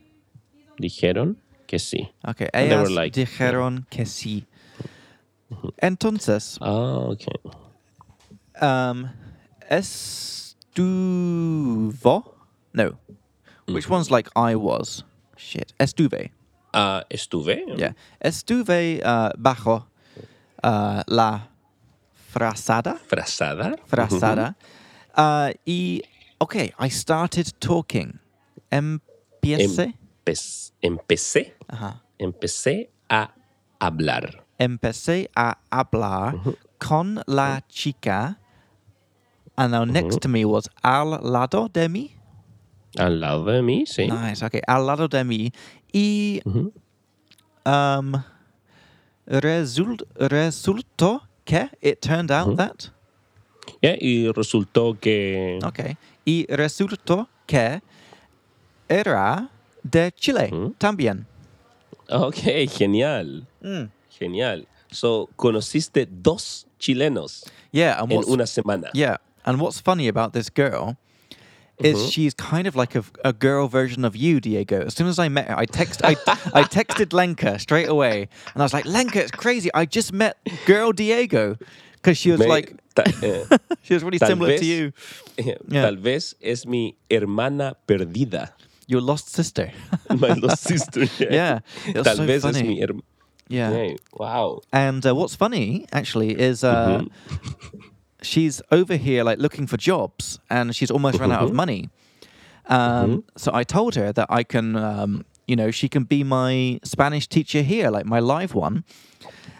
[SPEAKER 2] dijeron que sí.
[SPEAKER 1] Okay.
[SPEAKER 2] And they were
[SPEAKER 1] Ellas
[SPEAKER 2] like, yeah. Mm-hmm.
[SPEAKER 1] dijeron que sí. Entonces,
[SPEAKER 2] Oh, okay.
[SPEAKER 1] um, estuvo. No. Which one's like I was? Shit. Estuve.
[SPEAKER 2] Uh, estuve.
[SPEAKER 1] Yeah. Estuve uh, bajo uh, la frazada.
[SPEAKER 2] Frazada.
[SPEAKER 1] frazada. Uh, y, okay, I started talking. Empiece.
[SPEAKER 2] Empe- Em-, empecé.
[SPEAKER 1] Ajá.
[SPEAKER 2] Empecé a hablar.
[SPEAKER 1] Empecé a hablar con la chica. And now next to me was al lado de mí.
[SPEAKER 2] Al lado de mí, sí.
[SPEAKER 1] Nice. Okay. Mm-hmm. Al lado de mí. Y. Um, result, resultó que it turned out that.
[SPEAKER 2] Yeah, y resultó que
[SPEAKER 1] Okay. Y resultó que era de Chile también.
[SPEAKER 2] Ok, genial.
[SPEAKER 1] Mm.
[SPEAKER 2] Genial. So, conociste dos chilenos
[SPEAKER 1] Yeah. And
[SPEAKER 2] en
[SPEAKER 1] what's,
[SPEAKER 2] una semana.
[SPEAKER 1] yeah. And what's funny about this girl is she's kind of like a, a girl version of you, Diego. As soon as I met her, I text I, I texted Lenka straight away, and I was like, Lenka, it's crazy. I just met girl Diego because she was
[SPEAKER 2] Me-
[SPEAKER 1] like
[SPEAKER 2] ta- eh,
[SPEAKER 1] she was really
[SPEAKER 2] tal
[SPEAKER 1] similar
[SPEAKER 2] vez-
[SPEAKER 1] to you,
[SPEAKER 2] eh,
[SPEAKER 1] Yeah.
[SPEAKER 2] Tal vez es mi hermana perdida.
[SPEAKER 1] your lost sister.
[SPEAKER 2] My lost sister.
[SPEAKER 1] yeah, it was
[SPEAKER 2] Tal
[SPEAKER 1] so
[SPEAKER 2] vez
[SPEAKER 1] funny.
[SPEAKER 2] es mi hermana.
[SPEAKER 1] yeah.
[SPEAKER 2] Wow.
[SPEAKER 1] And uh, what's funny actually is uh, she's over here like looking for jobs, and she's almost run out of money. Um, So I told her that I can, um, you know, she can be my Spanish teacher here, like my live one.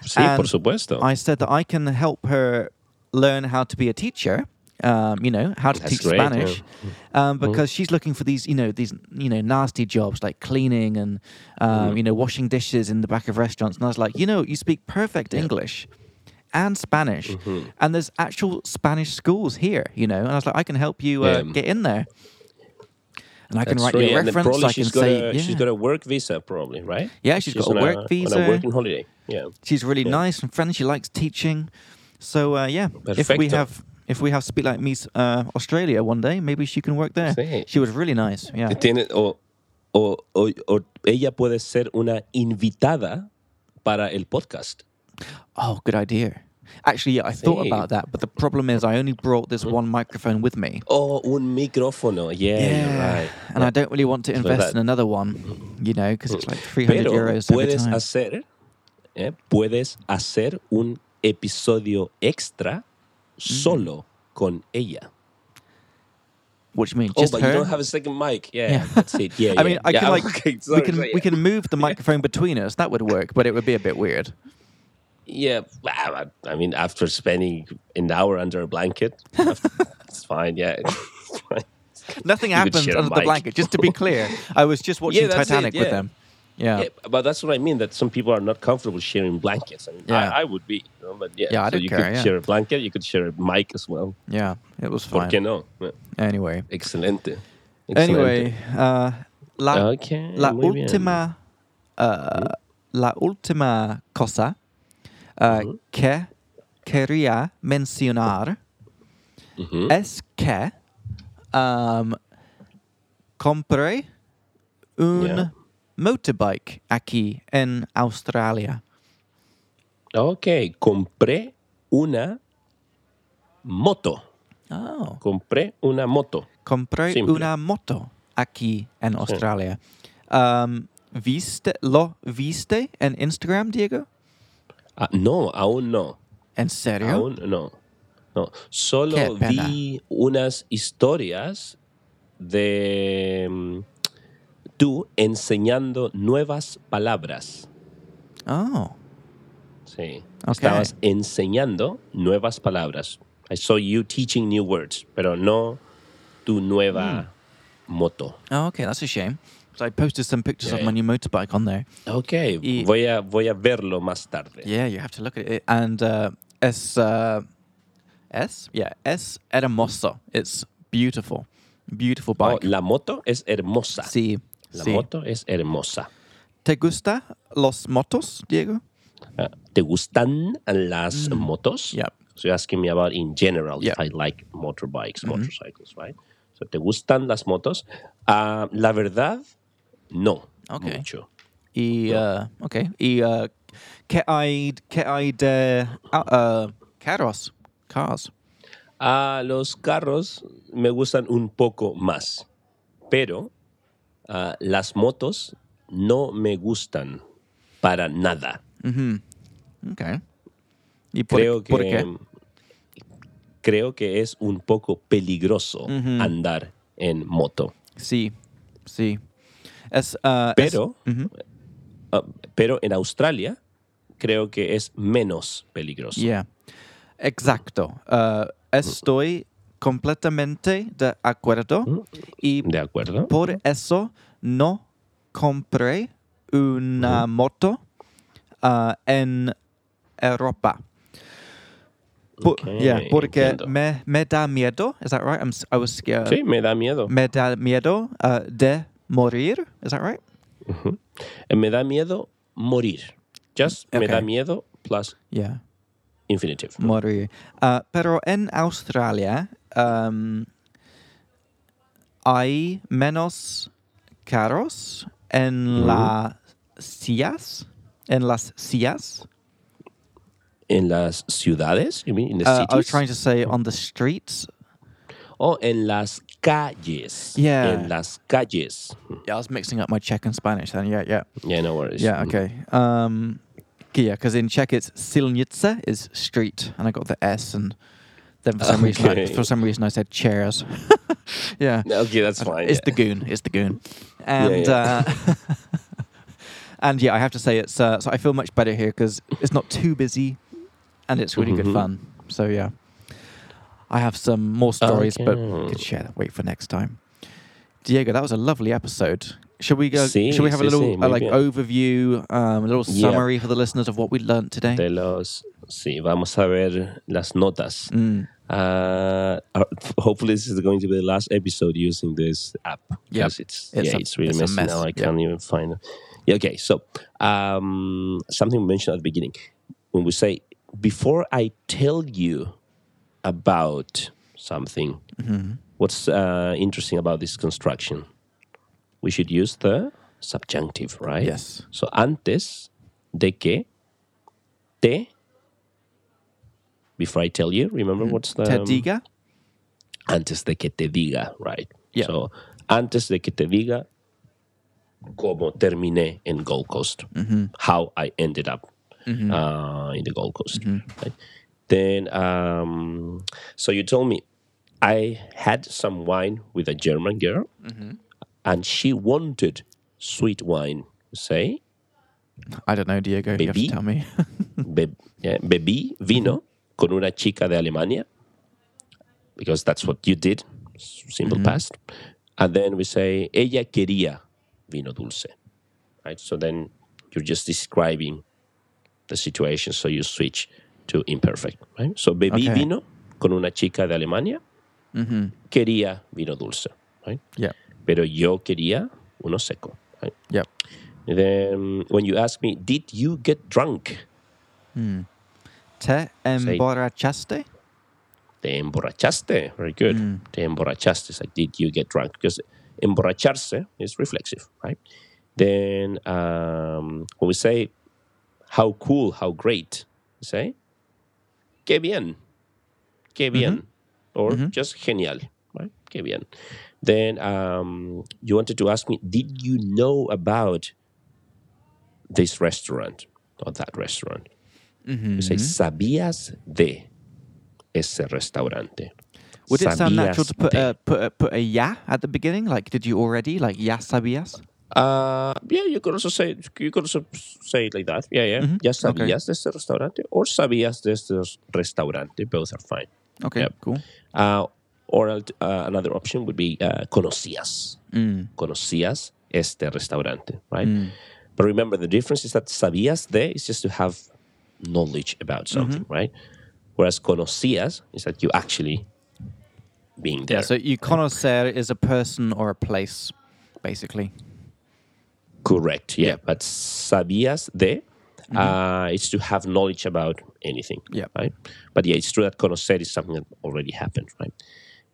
[SPEAKER 2] Sí, por
[SPEAKER 1] And
[SPEAKER 2] supuesto.
[SPEAKER 1] I said that I can help her learn how to be a teacher. Um, you know how to
[SPEAKER 2] That's
[SPEAKER 1] teach
[SPEAKER 2] great, Mm-hmm. yeah.
[SPEAKER 1] Spanish, um, because she's looking for these, you know, these, you know, nasty jobs like cleaning and, um,
[SPEAKER 2] Mm.
[SPEAKER 1] you know, washing dishes in the back of restaurants. And I was like, you know, you speak perfect English and Spanish,
[SPEAKER 2] Mm-hmm.
[SPEAKER 1] and there's actual Spanish schools here, you know. And I was like, I can help you uh,
[SPEAKER 2] Yeah.
[SPEAKER 1] get in there, and I can
[SPEAKER 2] That's
[SPEAKER 1] write
[SPEAKER 2] right.
[SPEAKER 1] you a
[SPEAKER 2] And then
[SPEAKER 1] reference.
[SPEAKER 2] probably
[SPEAKER 1] I can
[SPEAKER 2] she's got,
[SPEAKER 1] say,
[SPEAKER 2] a,
[SPEAKER 1] yeah.
[SPEAKER 2] she's got a work visa, probably, right?
[SPEAKER 1] Yeah, she's got a
[SPEAKER 2] on
[SPEAKER 1] work
[SPEAKER 2] On
[SPEAKER 1] visa.
[SPEAKER 2] a working holiday. Yeah.
[SPEAKER 1] She's really nice and friendly. She likes teaching. So uh, yeah, if we
[SPEAKER 2] Perfecto.
[SPEAKER 1] have if we have Speak Like Me uh, Australia one day, maybe she can work there.
[SPEAKER 2] Sí.
[SPEAKER 1] She was really nice. Yeah.
[SPEAKER 2] Tiene- o, o- o- o ella puede ser una invitada para el podcast.
[SPEAKER 1] Oh, good idea. Actually, yeah, I thought
[SPEAKER 2] Sí.
[SPEAKER 1] about that, but the problem is I only brought this one microphone with me.
[SPEAKER 2] Oh, un micrófono. Yeah, you're right.
[SPEAKER 1] And I don't really want to invest
[SPEAKER 2] that- Mm.
[SPEAKER 1] in another one, you know, because it's like 300
[SPEAKER 2] Pero
[SPEAKER 1] euros every
[SPEAKER 2] puedes
[SPEAKER 1] time.
[SPEAKER 2] hacer, eh, puedes hacer un episodio extra
[SPEAKER 1] Mm.
[SPEAKER 2] solo con ella.
[SPEAKER 1] What do you mean?
[SPEAKER 2] Oh,
[SPEAKER 1] Just
[SPEAKER 2] but
[SPEAKER 1] her?
[SPEAKER 2] you don't have a second mic. Yeah,
[SPEAKER 1] Yeah.
[SPEAKER 2] that's it. Yeah,
[SPEAKER 1] I mean,
[SPEAKER 2] yeah.
[SPEAKER 1] I can
[SPEAKER 2] Yeah,
[SPEAKER 1] like
[SPEAKER 2] okay,
[SPEAKER 1] we
[SPEAKER 2] sorry,
[SPEAKER 1] can
[SPEAKER 2] sorry.
[SPEAKER 1] we can move the microphone between us. That would work, but it would be a bit weird.
[SPEAKER 2] Yeah, well, I I mean, after spending an hour under a blanket, it's fine. Yeah. It's fine.
[SPEAKER 1] Nothing
[SPEAKER 2] You could
[SPEAKER 1] happens
[SPEAKER 2] share a
[SPEAKER 1] under the
[SPEAKER 2] mic.
[SPEAKER 1] blanket. Just to be clear, I was just watching
[SPEAKER 2] that's it,
[SPEAKER 1] Titanic with
[SPEAKER 2] yeah.
[SPEAKER 1] them. Yeah.
[SPEAKER 2] Yeah, but that's what I mean. That some people are not comfortable sharing blankets. I mean,
[SPEAKER 1] Yeah.
[SPEAKER 2] I, I would be, you know, but yeah.
[SPEAKER 1] Yeah, I
[SPEAKER 2] so
[SPEAKER 1] don't
[SPEAKER 2] you
[SPEAKER 1] care,
[SPEAKER 2] could
[SPEAKER 1] yeah.
[SPEAKER 2] share a blanket. You could share a mic as well.
[SPEAKER 1] Yeah, it was
[SPEAKER 2] ¿Por
[SPEAKER 1] fine.
[SPEAKER 2] qué no? Yeah.
[SPEAKER 1] Anyway,
[SPEAKER 2] Excelente. Excelente.
[SPEAKER 1] Anyway, uh, la,
[SPEAKER 2] Ok,
[SPEAKER 1] la
[SPEAKER 2] muy bien.
[SPEAKER 1] última
[SPEAKER 2] Mm-hmm.
[SPEAKER 1] uh, la última cosa uh,
[SPEAKER 2] Mm-hmm.
[SPEAKER 1] que quería mencionar
[SPEAKER 2] Ujú.
[SPEAKER 1] es que um, compré un
[SPEAKER 2] Yeah.
[SPEAKER 1] motorbike aquí en Australia.
[SPEAKER 2] Ok, compré una moto.
[SPEAKER 1] Oh.
[SPEAKER 2] Compré una moto.
[SPEAKER 1] Compré
[SPEAKER 2] Simple.
[SPEAKER 1] una moto aquí en Australia. Um, ¿viste, ¿Lo viste en Instagram, Diego?
[SPEAKER 2] Ah, no, aún no.
[SPEAKER 1] ¿En serio?
[SPEAKER 2] Aún no. No, solo
[SPEAKER 1] Qué pena.
[SPEAKER 2] vi unas historias de mm, tú enseñando nuevas palabras.
[SPEAKER 1] Oh.
[SPEAKER 2] Sí.
[SPEAKER 1] Ok.
[SPEAKER 2] Estabas enseñando nuevas palabras. I saw you teaching new words, pero no tu nueva moto.
[SPEAKER 1] oh, okay, that's a shame. So I posted some pictures of
[SPEAKER 2] Yeah.
[SPEAKER 1] my new motorbike on there.
[SPEAKER 2] Ok,
[SPEAKER 1] Y-
[SPEAKER 2] voy, a, voy a verlo más tarde.
[SPEAKER 1] Yeah, you have to look at it. And uh, es, uh, es, yeah, es hermoso. It's beautiful, beautiful
[SPEAKER 2] Oh,
[SPEAKER 1] bike.
[SPEAKER 2] la moto es hermosa.
[SPEAKER 1] sí,
[SPEAKER 2] La
[SPEAKER 1] sí.
[SPEAKER 2] moto es hermosa.
[SPEAKER 1] ¿Te gusta los motos, Diego?
[SPEAKER 2] Uh, ¿Te gustan las
[SPEAKER 1] Mm.
[SPEAKER 2] motos?
[SPEAKER 1] Yep.
[SPEAKER 2] So you're asking me about in general
[SPEAKER 1] Yep.
[SPEAKER 2] if I like motorbikes,
[SPEAKER 1] Mm-hmm.
[SPEAKER 2] motorcycles, right? So, ¿Te gustan las motos? Ah, la verdad, no.
[SPEAKER 1] Ok.
[SPEAKER 2] Mucho.
[SPEAKER 1] Y, uh, okay. Y uh, que hay, que hay de uh, uh, carros, cars.
[SPEAKER 2] Ah, los carros me gustan un poco más, pero ah, las motos no me gustan para nada.
[SPEAKER 1] Mm-hmm. Okay. Y por,
[SPEAKER 2] creo que
[SPEAKER 1] ¿por qué?
[SPEAKER 2] creo que es un poco peligroso
[SPEAKER 1] Mm-hmm.
[SPEAKER 2] andar en moto.
[SPEAKER 1] Sí, sí. Es, uh, es-
[SPEAKER 2] Pero, ah, pero en Australia creo que es menos peligroso.
[SPEAKER 1] Yeah. Exacto. Uh, estoy completamente de
[SPEAKER 2] Mm.
[SPEAKER 1] acuerdo y
[SPEAKER 2] ¿De acuerdo?
[SPEAKER 1] por eso no compré una moto uh, en Europa. Po-
[SPEAKER 2] Ok,
[SPEAKER 1] yeah, porque
[SPEAKER 2] entiendo.
[SPEAKER 1] me, me da miedo. Is that right? I'm, s- I was scared.
[SPEAKER 2] sí, me da miedo.
[SPEAKER 1] Me da miedo uh, de morir. Is that right?
[SPEAKER 2] Eh, Me da miedo morir. Just me
[SPEAKER 1] Ok.
[SPEAKER 2] da miedo plus
[SPEAKER 1] Yeah.
[SPEAKER 2] infinitive.
[SPEAKER 1] morir. Uh, pero en Australia um, hay menos carros en las sillas. En las sillas.
[SPEAKER 2] en las ciudades, you mean, in the
[SPEAKER 1] Uh, I was
[SPEAKER 2] cities?
[SPEAKER 1] trying to say on the streets.
[SPEAKER 2] o en las calles.
[SPEAKER 1] Yeah.
[SPEAKER 2] En las calles. Hmm,
[SPEAKER 1] Yeah, I was mixing up my Czech and Spanish then. Yeah, yeah.
[SPEAKER 2] Yeah, no worries.
[SPEAKER 1] Yeah, okay. Um, yeah, because in Czech it's silnice is street, and I got the S, and then for some reason, I,
[SPEAKER 2] Okay.
[SPEAKER 1] for some reason I said chairs. yeah.
[SPEAKER 2] Mm. Okay, that's
[SPEAKER 1] I don't-
[SPEAKER 2] fine,
[SPEAKER 1] It's
[SPEAKER 2] yeah.
[SPEAKER 1] the goon. It's the goon. And
[SPEAKER 2] yeah.
[SPEAKER 1] Uh, and yeah, I have to say it's. Uh, so I feel much better here because it's not too busy, and it's really
[SPEAKER 2] Mm-hmm.
[SPEAKER 1] good fun. So yeah, I have some more stories, but we
[SPEAKER 2] Okay.
[SPEAKER 1] could share that. Wait for next time. Diego, that was a lovely episode. Should we go?
[SPEAKER 2] Sí,
[SPEAKER 1] should we have a
[SPEAKER 2] sí,
[SPEAKER 1] little
[SPEAKER 2] sí,
[SPEAKER 1] uh,
[SPEAKER 2] muy
[SPEAKER 1] like
[SPEAKER 2] bien.
[SPEAKER 1] overview, um, a little
[SPEAKER 2] Yeah.
[SPEAKER 1] summary for the listeners of what we learnt today?
[SPEAKER 2] De los, sí, vamos a ver las notas.
[SPEAKER 1] Mm.
[SPEAKER 2] Uh, uh, hopefully, this is going to be the last episode using this app.
[SPEAKER 1] Yeah.
[SPEAKER 2] 'cause It's,
[SPEAKER 1] It's
[SPEAKER 2] yeah,
[SPEAKER 1] a-
[SPEAKER 2] it's really
[SPEAKER 1] it's a
[SPEAKER 2] messy
[SPEAKER 1] mess,
[SPEAKER 2] now. I
[SPEAKER 1] yeah.
[SPEAKER 2] can't even find it. Yeah, okay, so um, something we mentioned at the beginning when we say, before I tell you about something,
[SPEAKER 1] Mm-hmm.
[SPEAKER 2] what's uh, interesting about this construction? We should use the subjunctive, right?
[SPEAKER 1] Yes.
[SPEAKER 2] So, antes de que te. Before I tell you, remember what's the. um,
[SPEAKER 1] Ted Mm. Diga?
[SPEAKER 2] antes de que te diga, right?
[SPEAKER 1] Yeah.
[SPEAKER 2] So, antes de que te diga cómo terminé en Gold Coast,
[SPEAKER 1] Mm-hmm.
[SPEAKER 2] how I ended up uh, in the Gold Coast.
[SPEAKER 1] Mm-hmm.
[SPEAKER 2] right? Then, um, so you told me I had some wine with a German girl
[SPEAKER 1] Mm-hmm.
[SPEAKER 2] and she wanted sweet wine, say,
[SPEAKER 1] I don't know, Diego. You have to
[SPEAKER 2] Baby?
[SPEAKER 1] tell me.
[SPEAKER 2] be- eh, bebí vino con una chica de Alemania, because that's what you did, simple past. And then we say, ella quería vino dulce. Right? So then you're just describing the situation, so you switch to imperfect. Right? So bebí
[SPEAKER 1] Okay.
[SPEAKER 2] vino con una chica de Alemania, quería vino dulce. Right?
[SPEAKER 1] yeah.
[SPEAKER 2] pero yo quería uno seco. right?
[SPEAKER 1] Yep.
[SPEAKER 2] Then when you ask me, did you get drunk?
[SPEAKER 1] ¿Te emborrachaste?
[SPEAKER 2] Te emborrachaste. Very good. Te emborrachaste. It's like, did you get drunk? Because emborracharse is reflexive, right? Then um, when we say, how cool, how great, you say, qué bien,
[SPEAKER 1] Mm-hmm.
[SPEAKER 2] qué bien, or just genial, right? Qué bien. Then um, you wanted to ask me, did you know about this restaurant or that restaurant? You say,
[SPEAKER 1] Mm-hmm.
[SPEAKER 2] ¿sabías de ese restaurante?
[SPEAKER 1] Would it sound natural
[SPEAKER 2] "Sabías
[SPEAKER 1] to put
[SPEAKER 2] de?"
[SPEAKER 1] a, put a put a ya at the beginning? Like, did you already like ya sabías?
[SPEAKER 2] Uh, yeah, you could also say you could also say it like that. Yeah, yeah.
[SPEAKER 1] Okay.
[SPEAKER 2] Ya sabías de este restaurante or sabías de este restaurante. Both are fine.
[SPEAKER 1] Okay,
[SPEAKER 2] Yep.
[SPEAKER 1] cool.
[SPEAKER 2] Uh, or alt- uh, another option would be uh, conocías. Conocías este restaurante, right? But remember, the difference is that sabías de is just to have knowledge about something, right? Whereas conocías is that you actually being there.
[SPEAKER 1] Yeah. So you connoisseur is a person or a place, basically.
[SPEAKER 2] Correct. Yeah.
[SPEAKER 1] Yeah.
[SPEAKER 2] But sabías de, uh, it's to have knowledge about anything.
[SPEAKER 1] Yeah.
[SPEAKER 2] Right. But yeah, it's true that conocer is something that already happened. Right.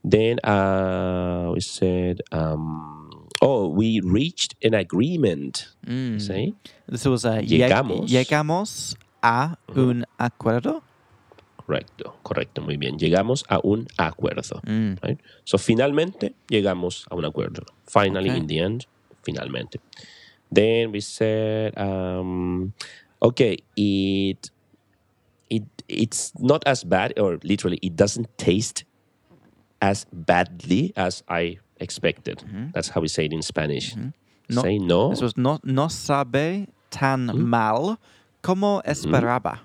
[SPEAKER 2] Then uh, we said, um, oh, we reached an agreement. Say,
[SPEAKER 1] This was a lleg-
[SPEAKER 2] Llegamos.
[SPEAKER 1] llegamos a un acuerdo.
[SPEAKER 2] correcto, correcto, muy bien. Llegamos a un acuerdo. Right? So finalmente llegamos a un acuerdo. Finally,
[SPEAKER 1] Okay.
[SPEAKER 2] in the end, finalmente. Then we said, um, okay, it it it's not as bad, or literally, it doesn't taste as badly as I expected. That's how we say it in Spanish.
[SPEAKER 1] No-
[SPEAKER 2] Say no.
[SPEAKER 1] This was no no sabe tan
[SPEAKER 2] Mm-hmm.
[SPEAKER 1] mal como esperaba.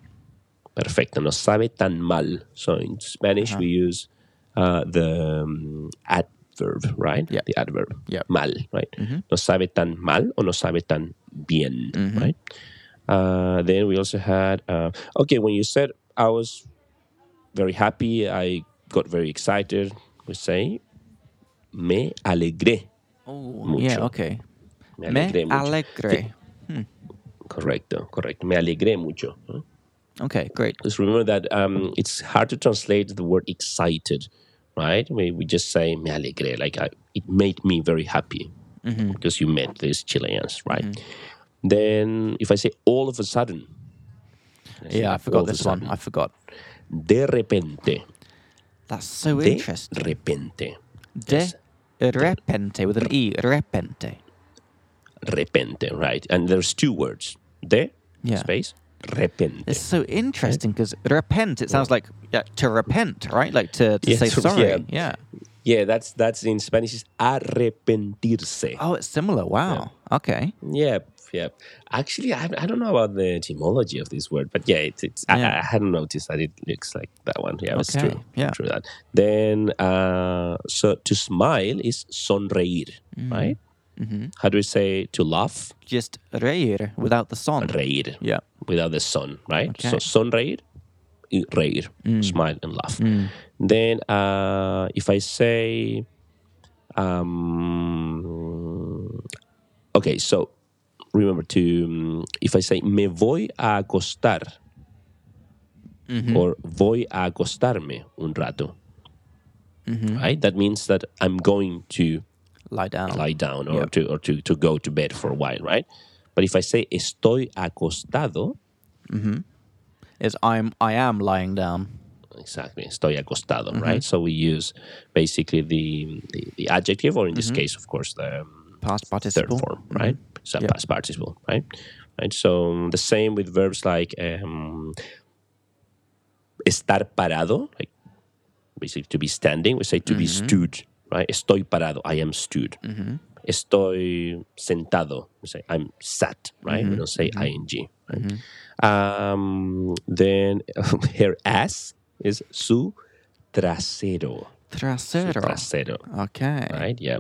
[SPEAKER 2] Perfecto, no sabe tan mal. So in Spanish we use uh, the um, adverb, right?
[SPEAKER 1] Yeah.
[SPEAKER 2] The adverb.
[SPEAKER 1] Yeah. Mm-hmm.
[SPEAKER 2] Mal, right? No sabe tan mal o no sabe tan bien, right? Uh, then we also had, uh, okay, when you said I was very happy, I got very excited, we say me alegré.
[SPEAKER 1] Oh,
[SPEAKER 2] Mucho.
[SPEAKER 1] yeah. Okay.
[SPEAKER 2] Me
[SPEAKER 1] Me
[SPEAKER 2] alegré mucho.
[SPEAKER 1] alegre.
[SPEAKER 2] Correcto, correcto. Me alegré mucho. ¿no?
[SPEAKER 1] Okay, great.
[SPEAKER 2] just remember that um, it's hard to translate the word excited, right? We, we just say me alegré, like I, it made me very happy
[SPEAKER 1] Mm-hmm.
[SPEAKER 2] because you met these Chileans, right? Then if I say all of a sudden, I say
[SPEAKER 1] Yeah, I
[SPEAKER 2] all
[SPEAKER 1] forgot
[SPEAKER 2] of a
[SPEAKER 1] this one.
[SPEAKER 2] sudden.
[SPEAKER 1] I forgot.
[SPEAKER 2] De repente,
[SPEAKER 1] That's so
[SPEAKER 2] de
[SPEAKER 1] interesting.
[SPEAKER 2] repente,
[SPEAKER 1] De repente with an e. Repente.
[SPEAKER 2] repente, right? And there's two words, de
[SPEAKER 1] Yeah.
[SPEAKER 2] space repente.
[SPEAKER 1] It's so interesting because repent. It sounds like yeah, to repent, right? Like to, to
[SPEAKER 2] Yeah,
[SPEAKER 1] say
[SPEAKER 2] to-
[SPEAKER 1] sorry.
[SPEAKER 2] yeah.
[SPEAKER 1] Yeah.
[SPEAKER 2] Yeah, that's that's in Spanish is arrepentirse.
[SPEAKER 1] Oh, it's similar. Wow. Okay.
[SPEAKER 2] Yep, yep. Actually, I, I don't know about the etymology of this word, but yeah, it, it's I,
[SPEAKER 1] Yeah.
[SPEAKER 2] I hadn't noticed that it looks like that one. Yeah, it's
[SPEAKER 1] Okay,
[SPEAKER 2] true.
[SPEAKER 1] yeah.
[SPEAKER 2] true that. Then, uh, so to smile is sonreír,
[SPEAKER 1] Mm-hmm.
[SPEAKER 2] right? How do we say to laugh?
[SPEAKER 1] Just reír without the son.
[SPEAKER 2] Reír,
[SPEAKER 1] Yeah.
[SPEAKER 2] without the son, right?
[SPEAKER 1] Okay. Mm.
[SPEAKER 2] So sonreír, y reír, smile and laugh. Then, uh, if I say, um, okay, so remember to, um, if I say me voy a acostar
[SPEAKER 1] Mm-hmm.
[SPEAKER 2] or voy a acostarme un rato,
[SPEAKER 1] Mm-hmm.
[SPEAKER 2] right? That means that I'm going to
[SPEAKER 1] Lie down.
[SPEAKER 2] lie down or
[SPEAKER 1] Yep.
[SPEAKER 2] to or to, to go to bed for a while, right? But if I say estoy acostado,
[SPEAKER 1] Is I'm I am lying down.
[SPEAKER 2] exactly estoy acostado, right? So we use basically the the, the adjective, or in this case, of course, the um,
[SPEAKER 1] Past
[SPEAKER 2] third
[SPEAKER 1] participle.
[SPEAKER 2] form, right? So
[SPEAKER 1] Mm-hmm. Yeah.
[SPEAKER 2] past participle, right? Right. So the same with verbs like um, estar parado, like basically to be standing. We say to be
[SPEAKER 1] Mm-hmm.
[SPEAKER 2] stood, right? Estoy parado. I am stood. Estoy sentado. We say I'm sat, right?
[SPEAKER 1] Mm-hmm.
[SPEAKER 2] We don't say ing. Right? Um, then her ass is su trasero. Su
[SPEAKER 1] Trasero.
[SPEAKER 2] trasero.
[SPEAKER 1] Okay.
[SPEAKER 2] Right? Yeah.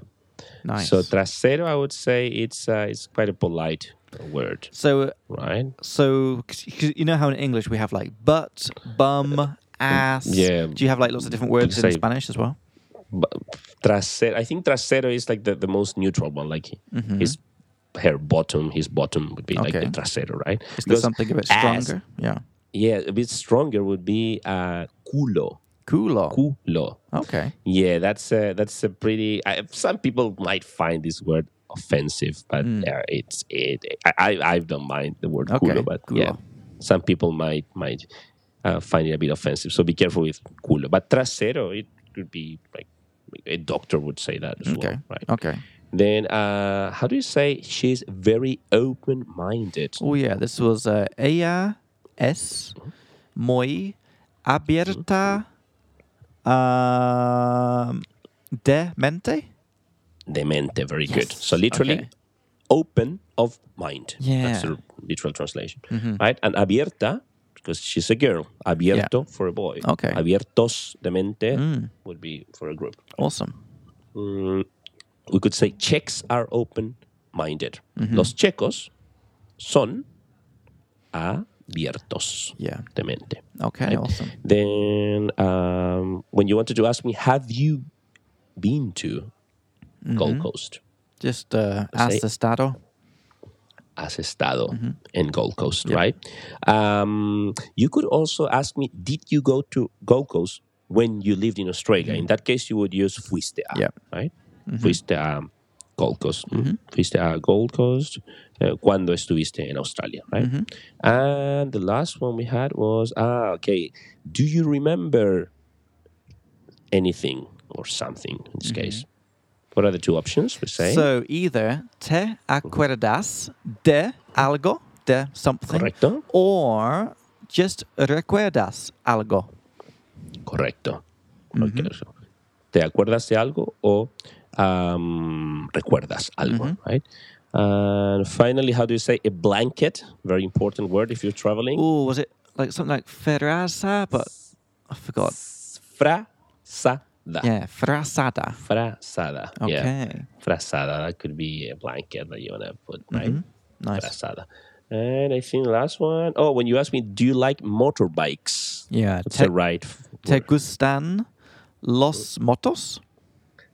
[SPEAKER 1] Nice.
[SPEAKER 2] So trasero, I would say it's uh, it's quite a polite word,
[SPEAKER 1] so
[SPEAKER 2] right?
[SPEAKER 1] so 'cause- 'cause you know how in English we have like butt, bum, ass.
[SPEAKER 2] yeah.
[SPEAKER 1] Do you have like lots of different words in
[SPEAKER 2] Mm, Say-
[SPEAKER 1] Spanish as well?
[SPEAKER 2] b- trasero. I think trasero is like the, the most neutral one. Like his her bottom, his bottom would be like
[SPEAKER 1] Mm-hmm. Okay.
[SPEAKER 2] the trasero, right?
[SPEAKER 1] Is there
[SPEAKER 2] Because
[SPEAKER 1] something a bit
[SPEAKER 2] ass-
[SPEAKER 1] stronger? Yeah.
[SPEAKER 2] yeah, a bit stronger would be uh, culo.
[SPEAKER 1] Culo.
[SPEAKER 2] Culo.
[SPEAKER 1] okay.
[SPEAKER 2] Yeah, that's a, that's a pretty. I, some people might find this word offensive, but uh, it's it. I, I I don't mind the word
[SPEAKER 1] Hmm. Okay,
[SPEAKER 2] culo, but yeah,
[SPEAKER 1] culo.
[SPEAKER 2] some people might might uh, find it a bit offensive. So be careful with culo. But trasero, it could be like a doctor would say that as
[SPEAKER 1] Okay.
[SPEAKER 2] well, right?
[SPEAKER 1] Okay.
[SPEAKER 2] Then uh, how do you say she's very open-minded?
[SPEAKER 1] Oh yeah, this was uh, ella es muy abierta um, de mente.
[SPEAKER 2] Demente, very good.
[SPEAKER 1] Yes,
[SPEAKER 2] So literally,
[SPEAKER 1] okay.
[SPEAKER 2] open of mind. That's
[SPEAKER 1] Yeah. Mm-hmm.
[SPEAKER 2] the literal translation, right? And abierta because she's a girl. Abierto for a boy.
[SPEAKER 1] Okay. Mm.
[SPEAKER 2] Abiertos de mente would be for a group.
[SPEAKER 1] Awesome.
[SPEAKER 2] We could say Czechs are open-minded.
[SPEAKER 1] Mm-hmm.
[SPEAKER 2] Los checos son abiertos
[SPEAKER 1] Yeah.
[SPEAKER 2] de mente.
[SPEAKER 1] Okay. Awesome.
[SPEAKER 2] Then, um, when you wanted to ask me, have you been to
[SPEAKER 1] Mm-hmm.
[SPEAKER 2] Gold Coast?
[SPEAKER 1] Just uh, as
[SPEAKER 2] Say-
[SPEAKER 1] estado.
[SPEAKER 2] has estado in Gold Coast, right? Um, you could also ask me, did you go to Gold Coast when you lived in Australia? In that case, you would use fuiste a,
[SPEAKER 1] Yep.
[SPEAKER 2] right? Fuiste a Gold Coast. mm Fuiste a Gold Coast uh, cuando estuviste en Australia, right? And the last one we had was, ah, okay, do you remember anything or something in this case? What are the two options we say?
[SPEAKER 1] So either te acuerdas de algo, de something,
[SPEAKER 2] Correcto.
[SPEAKER 1] or just recuerdas algo.
[SPEAKER 2] Correcto. Ok, so, ¿Te acuerdas de algo o um, recuerdas algo? Right? And finally, how do you say a blanket? Very important word if you're traveling.
[SPEAKER 1] Oh, was it like something like ferraza? But I forgot.
[SPEAKER 2] Frazada.
[SPEAKER 1] Yeah, frasada.
[SPEAKER 2] Frazada. Yeah.
[SPEAKER 1] Okay.
[SPEAKER 2] Frazada. That could be a blanket that you want to put, right?
[SPEAKER 1] Nice.
[SPEAKER 2] Frazada. And I think the last one. Oh, when you ask me, do you like motorbikes?
[SPEAKER 1] Yeah,
[SPEAKER 2] What's
[SPEAKER 1] te-
[SPEAKER 2] the right? f-
[SPEAKER 1] Te
[SPEAKER 2] word?
[SPEAKER 1] gustan los motos?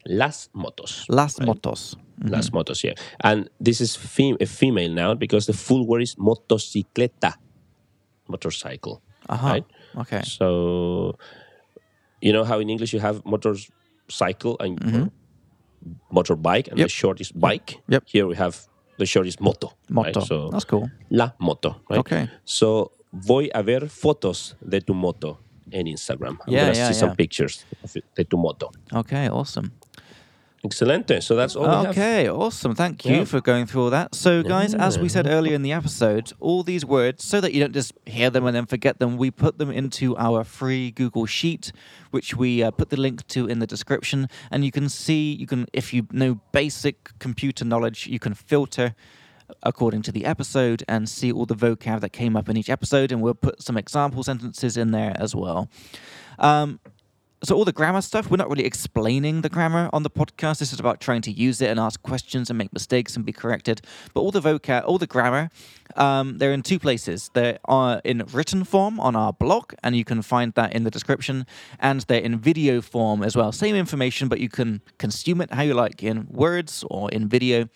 [SPEAKER 2] Las motos.
[SPEAKER 1] Las
[SPEAKER 2] right?
[SPEAKER 1] motos.
[SPEAKER 2] Las motos, yeah. And this is fem- a female noun because the full word is motocicleta, motorcycle.
[SPEAKER 1] Aha.
[SPEAKER 2] Right?
[SPEAKER 1] Uh-huh. Okay.
[SPEAKER 2] So, you know how in English you have motorcycle and or motorbike,
[SPEAKER 1] Mm-hmm.
[SPEAKER 2] and the
[SPEAKER 1] Yep.
[SPEAKER 2] short is bike.
[SPEAKER 1] Yep.
[SPEAKER 2] Here we have the short is moto. right?
[SPEAKER 1] Moto.
[SPEAKER 2] So,
[SPEAKER 1] That's cool.
[SPEAKER 2] la moto. Right?
[SPEAKER 1] Okay.
[SPEAKER 2] So, voy a ver fotos de tu moto en Instagram. I'm
[SPEAKER 1] Yeah,
[SPEAKER 2] gonna
[SPEAKER 1] yeah,
[SPEAKER 2] see some
[SPEAKER 1] yeah.
[SPEAKER 2] pictures of it- de tu moto.
[SPEAKER 1] Okay, awesome.
[SPEAKER 2] Excelente. So that's all. Oh, we have.
[SPEAKER 1] Okay, awesome. Thank you
[SPEAKER 2] Yeah.
[SPEAKER 1] for going through all that. So, guys, as we said earlier in the episode, all these words, so that you don't just hear them and then forget them, we put them into our free Google Sheet, which we uh, put the link to in the description. And you can see, you can, if you know basic computer knowledge, you can filter according to the episode and see all the vocab that came up in each episode. And we'll put some example sentences in there as well. Um, so all the grammar stuff, we're not really explaining the grammar on the podcast. This is about trying to use it and ask questions and make mistakes and be corrected. But all the vocab, all the grammar, um, they're in two places. They are in written form on our blog, and you can find that in the description. And they're in video form as well. Same information, but you can consume it how you like in words or in video.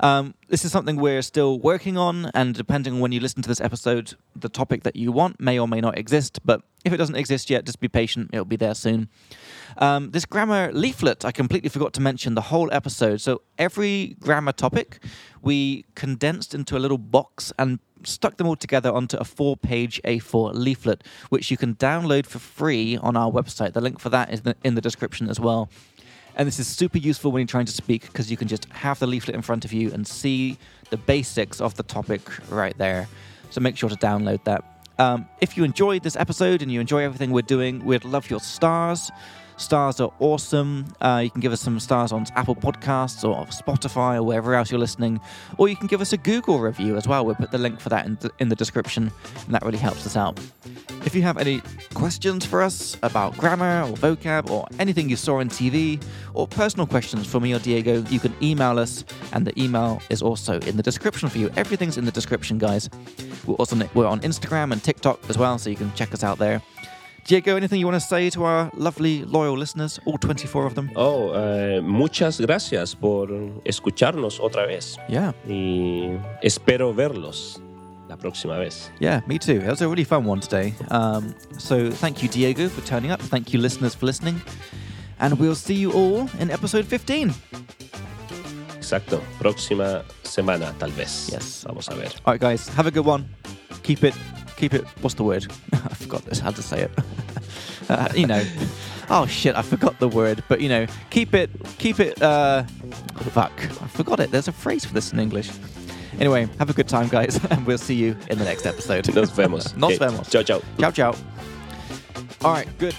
[SPEAKER 1] Um, this is something we're still working on, and depending on when you listen to this episode, the topic that you want may or may not exist. But if it doesn't exist yet, just be patient, it'll be there soon. Um, this grammar leaflet, I completely forgot to mention the whole episode. So every grammar topic we condensed into a little box and stuck them all together onto a four page A4 leaflet, which you can download for free on our website. The link for that is in the- in the description as well. And this is super useful when you're trying to speak because you can just have the leaflet in front of you and see the basics of the topic right there. So make sure to download that. Um, if you enjoyed this episode and you enjoy everything we're doing, we'd love your stars. Stars are awesome. Uh, you can give us some stars on Apple Podcasts or Spotify or wherever else you're listening. Or you can give us a Google review as well. We'll put the link for that in the, in the description, and that really helps us out. If you have any questions for us about grammar or vocab or anything you saw on TV, or personal questions for me or Diego, you can email us, and the email is also in the description for you. Everything's in the description, guys. We're also we're on Instagram and TikTok as well, so you can check us out there. Diego, anything you want to say to our lovely, loyal listeners, all 24 of them?
[SPEAKER 2] Oh, eh, muchas gracias por escucharnos otra vez
[SPEAKER 1] Yeah,
[SPEAKER 2] y espero verlos la próxima vez.
[SPEAKER 1] yeah, me too. That was a really fun one today. Um, so thank you, Diego, for turning up. Thank you, listeners, for listening. And we'll see you all in episode 15.
[SPEAKER 2] Exacto, próxima semana tal vez.
[SPEAKER 1] Yes.
[SPEAKER 2] Vamos a ver.
[SPEAKER 1] All right, guys, have a good one. Keep it, keep it. What's the word? I forgot this, how to say it. uh, you know, oh shit, I forgot the word. But you know, keep it, keep it. Uh, fuck, I forgot it. There's a phrase for this in English. Anyway, have a good time, guys, and we'll see you in the next episode.
[SPEAKER 2] Nos vemos.
[SPEAKER 1] Nos
[SPEAKER 2] Ok,
[SPEAKER 1] vemos.
[SPEAKER 2] Chao, chao.
[SPEAKER 1] Ciao, ciao. All right, good.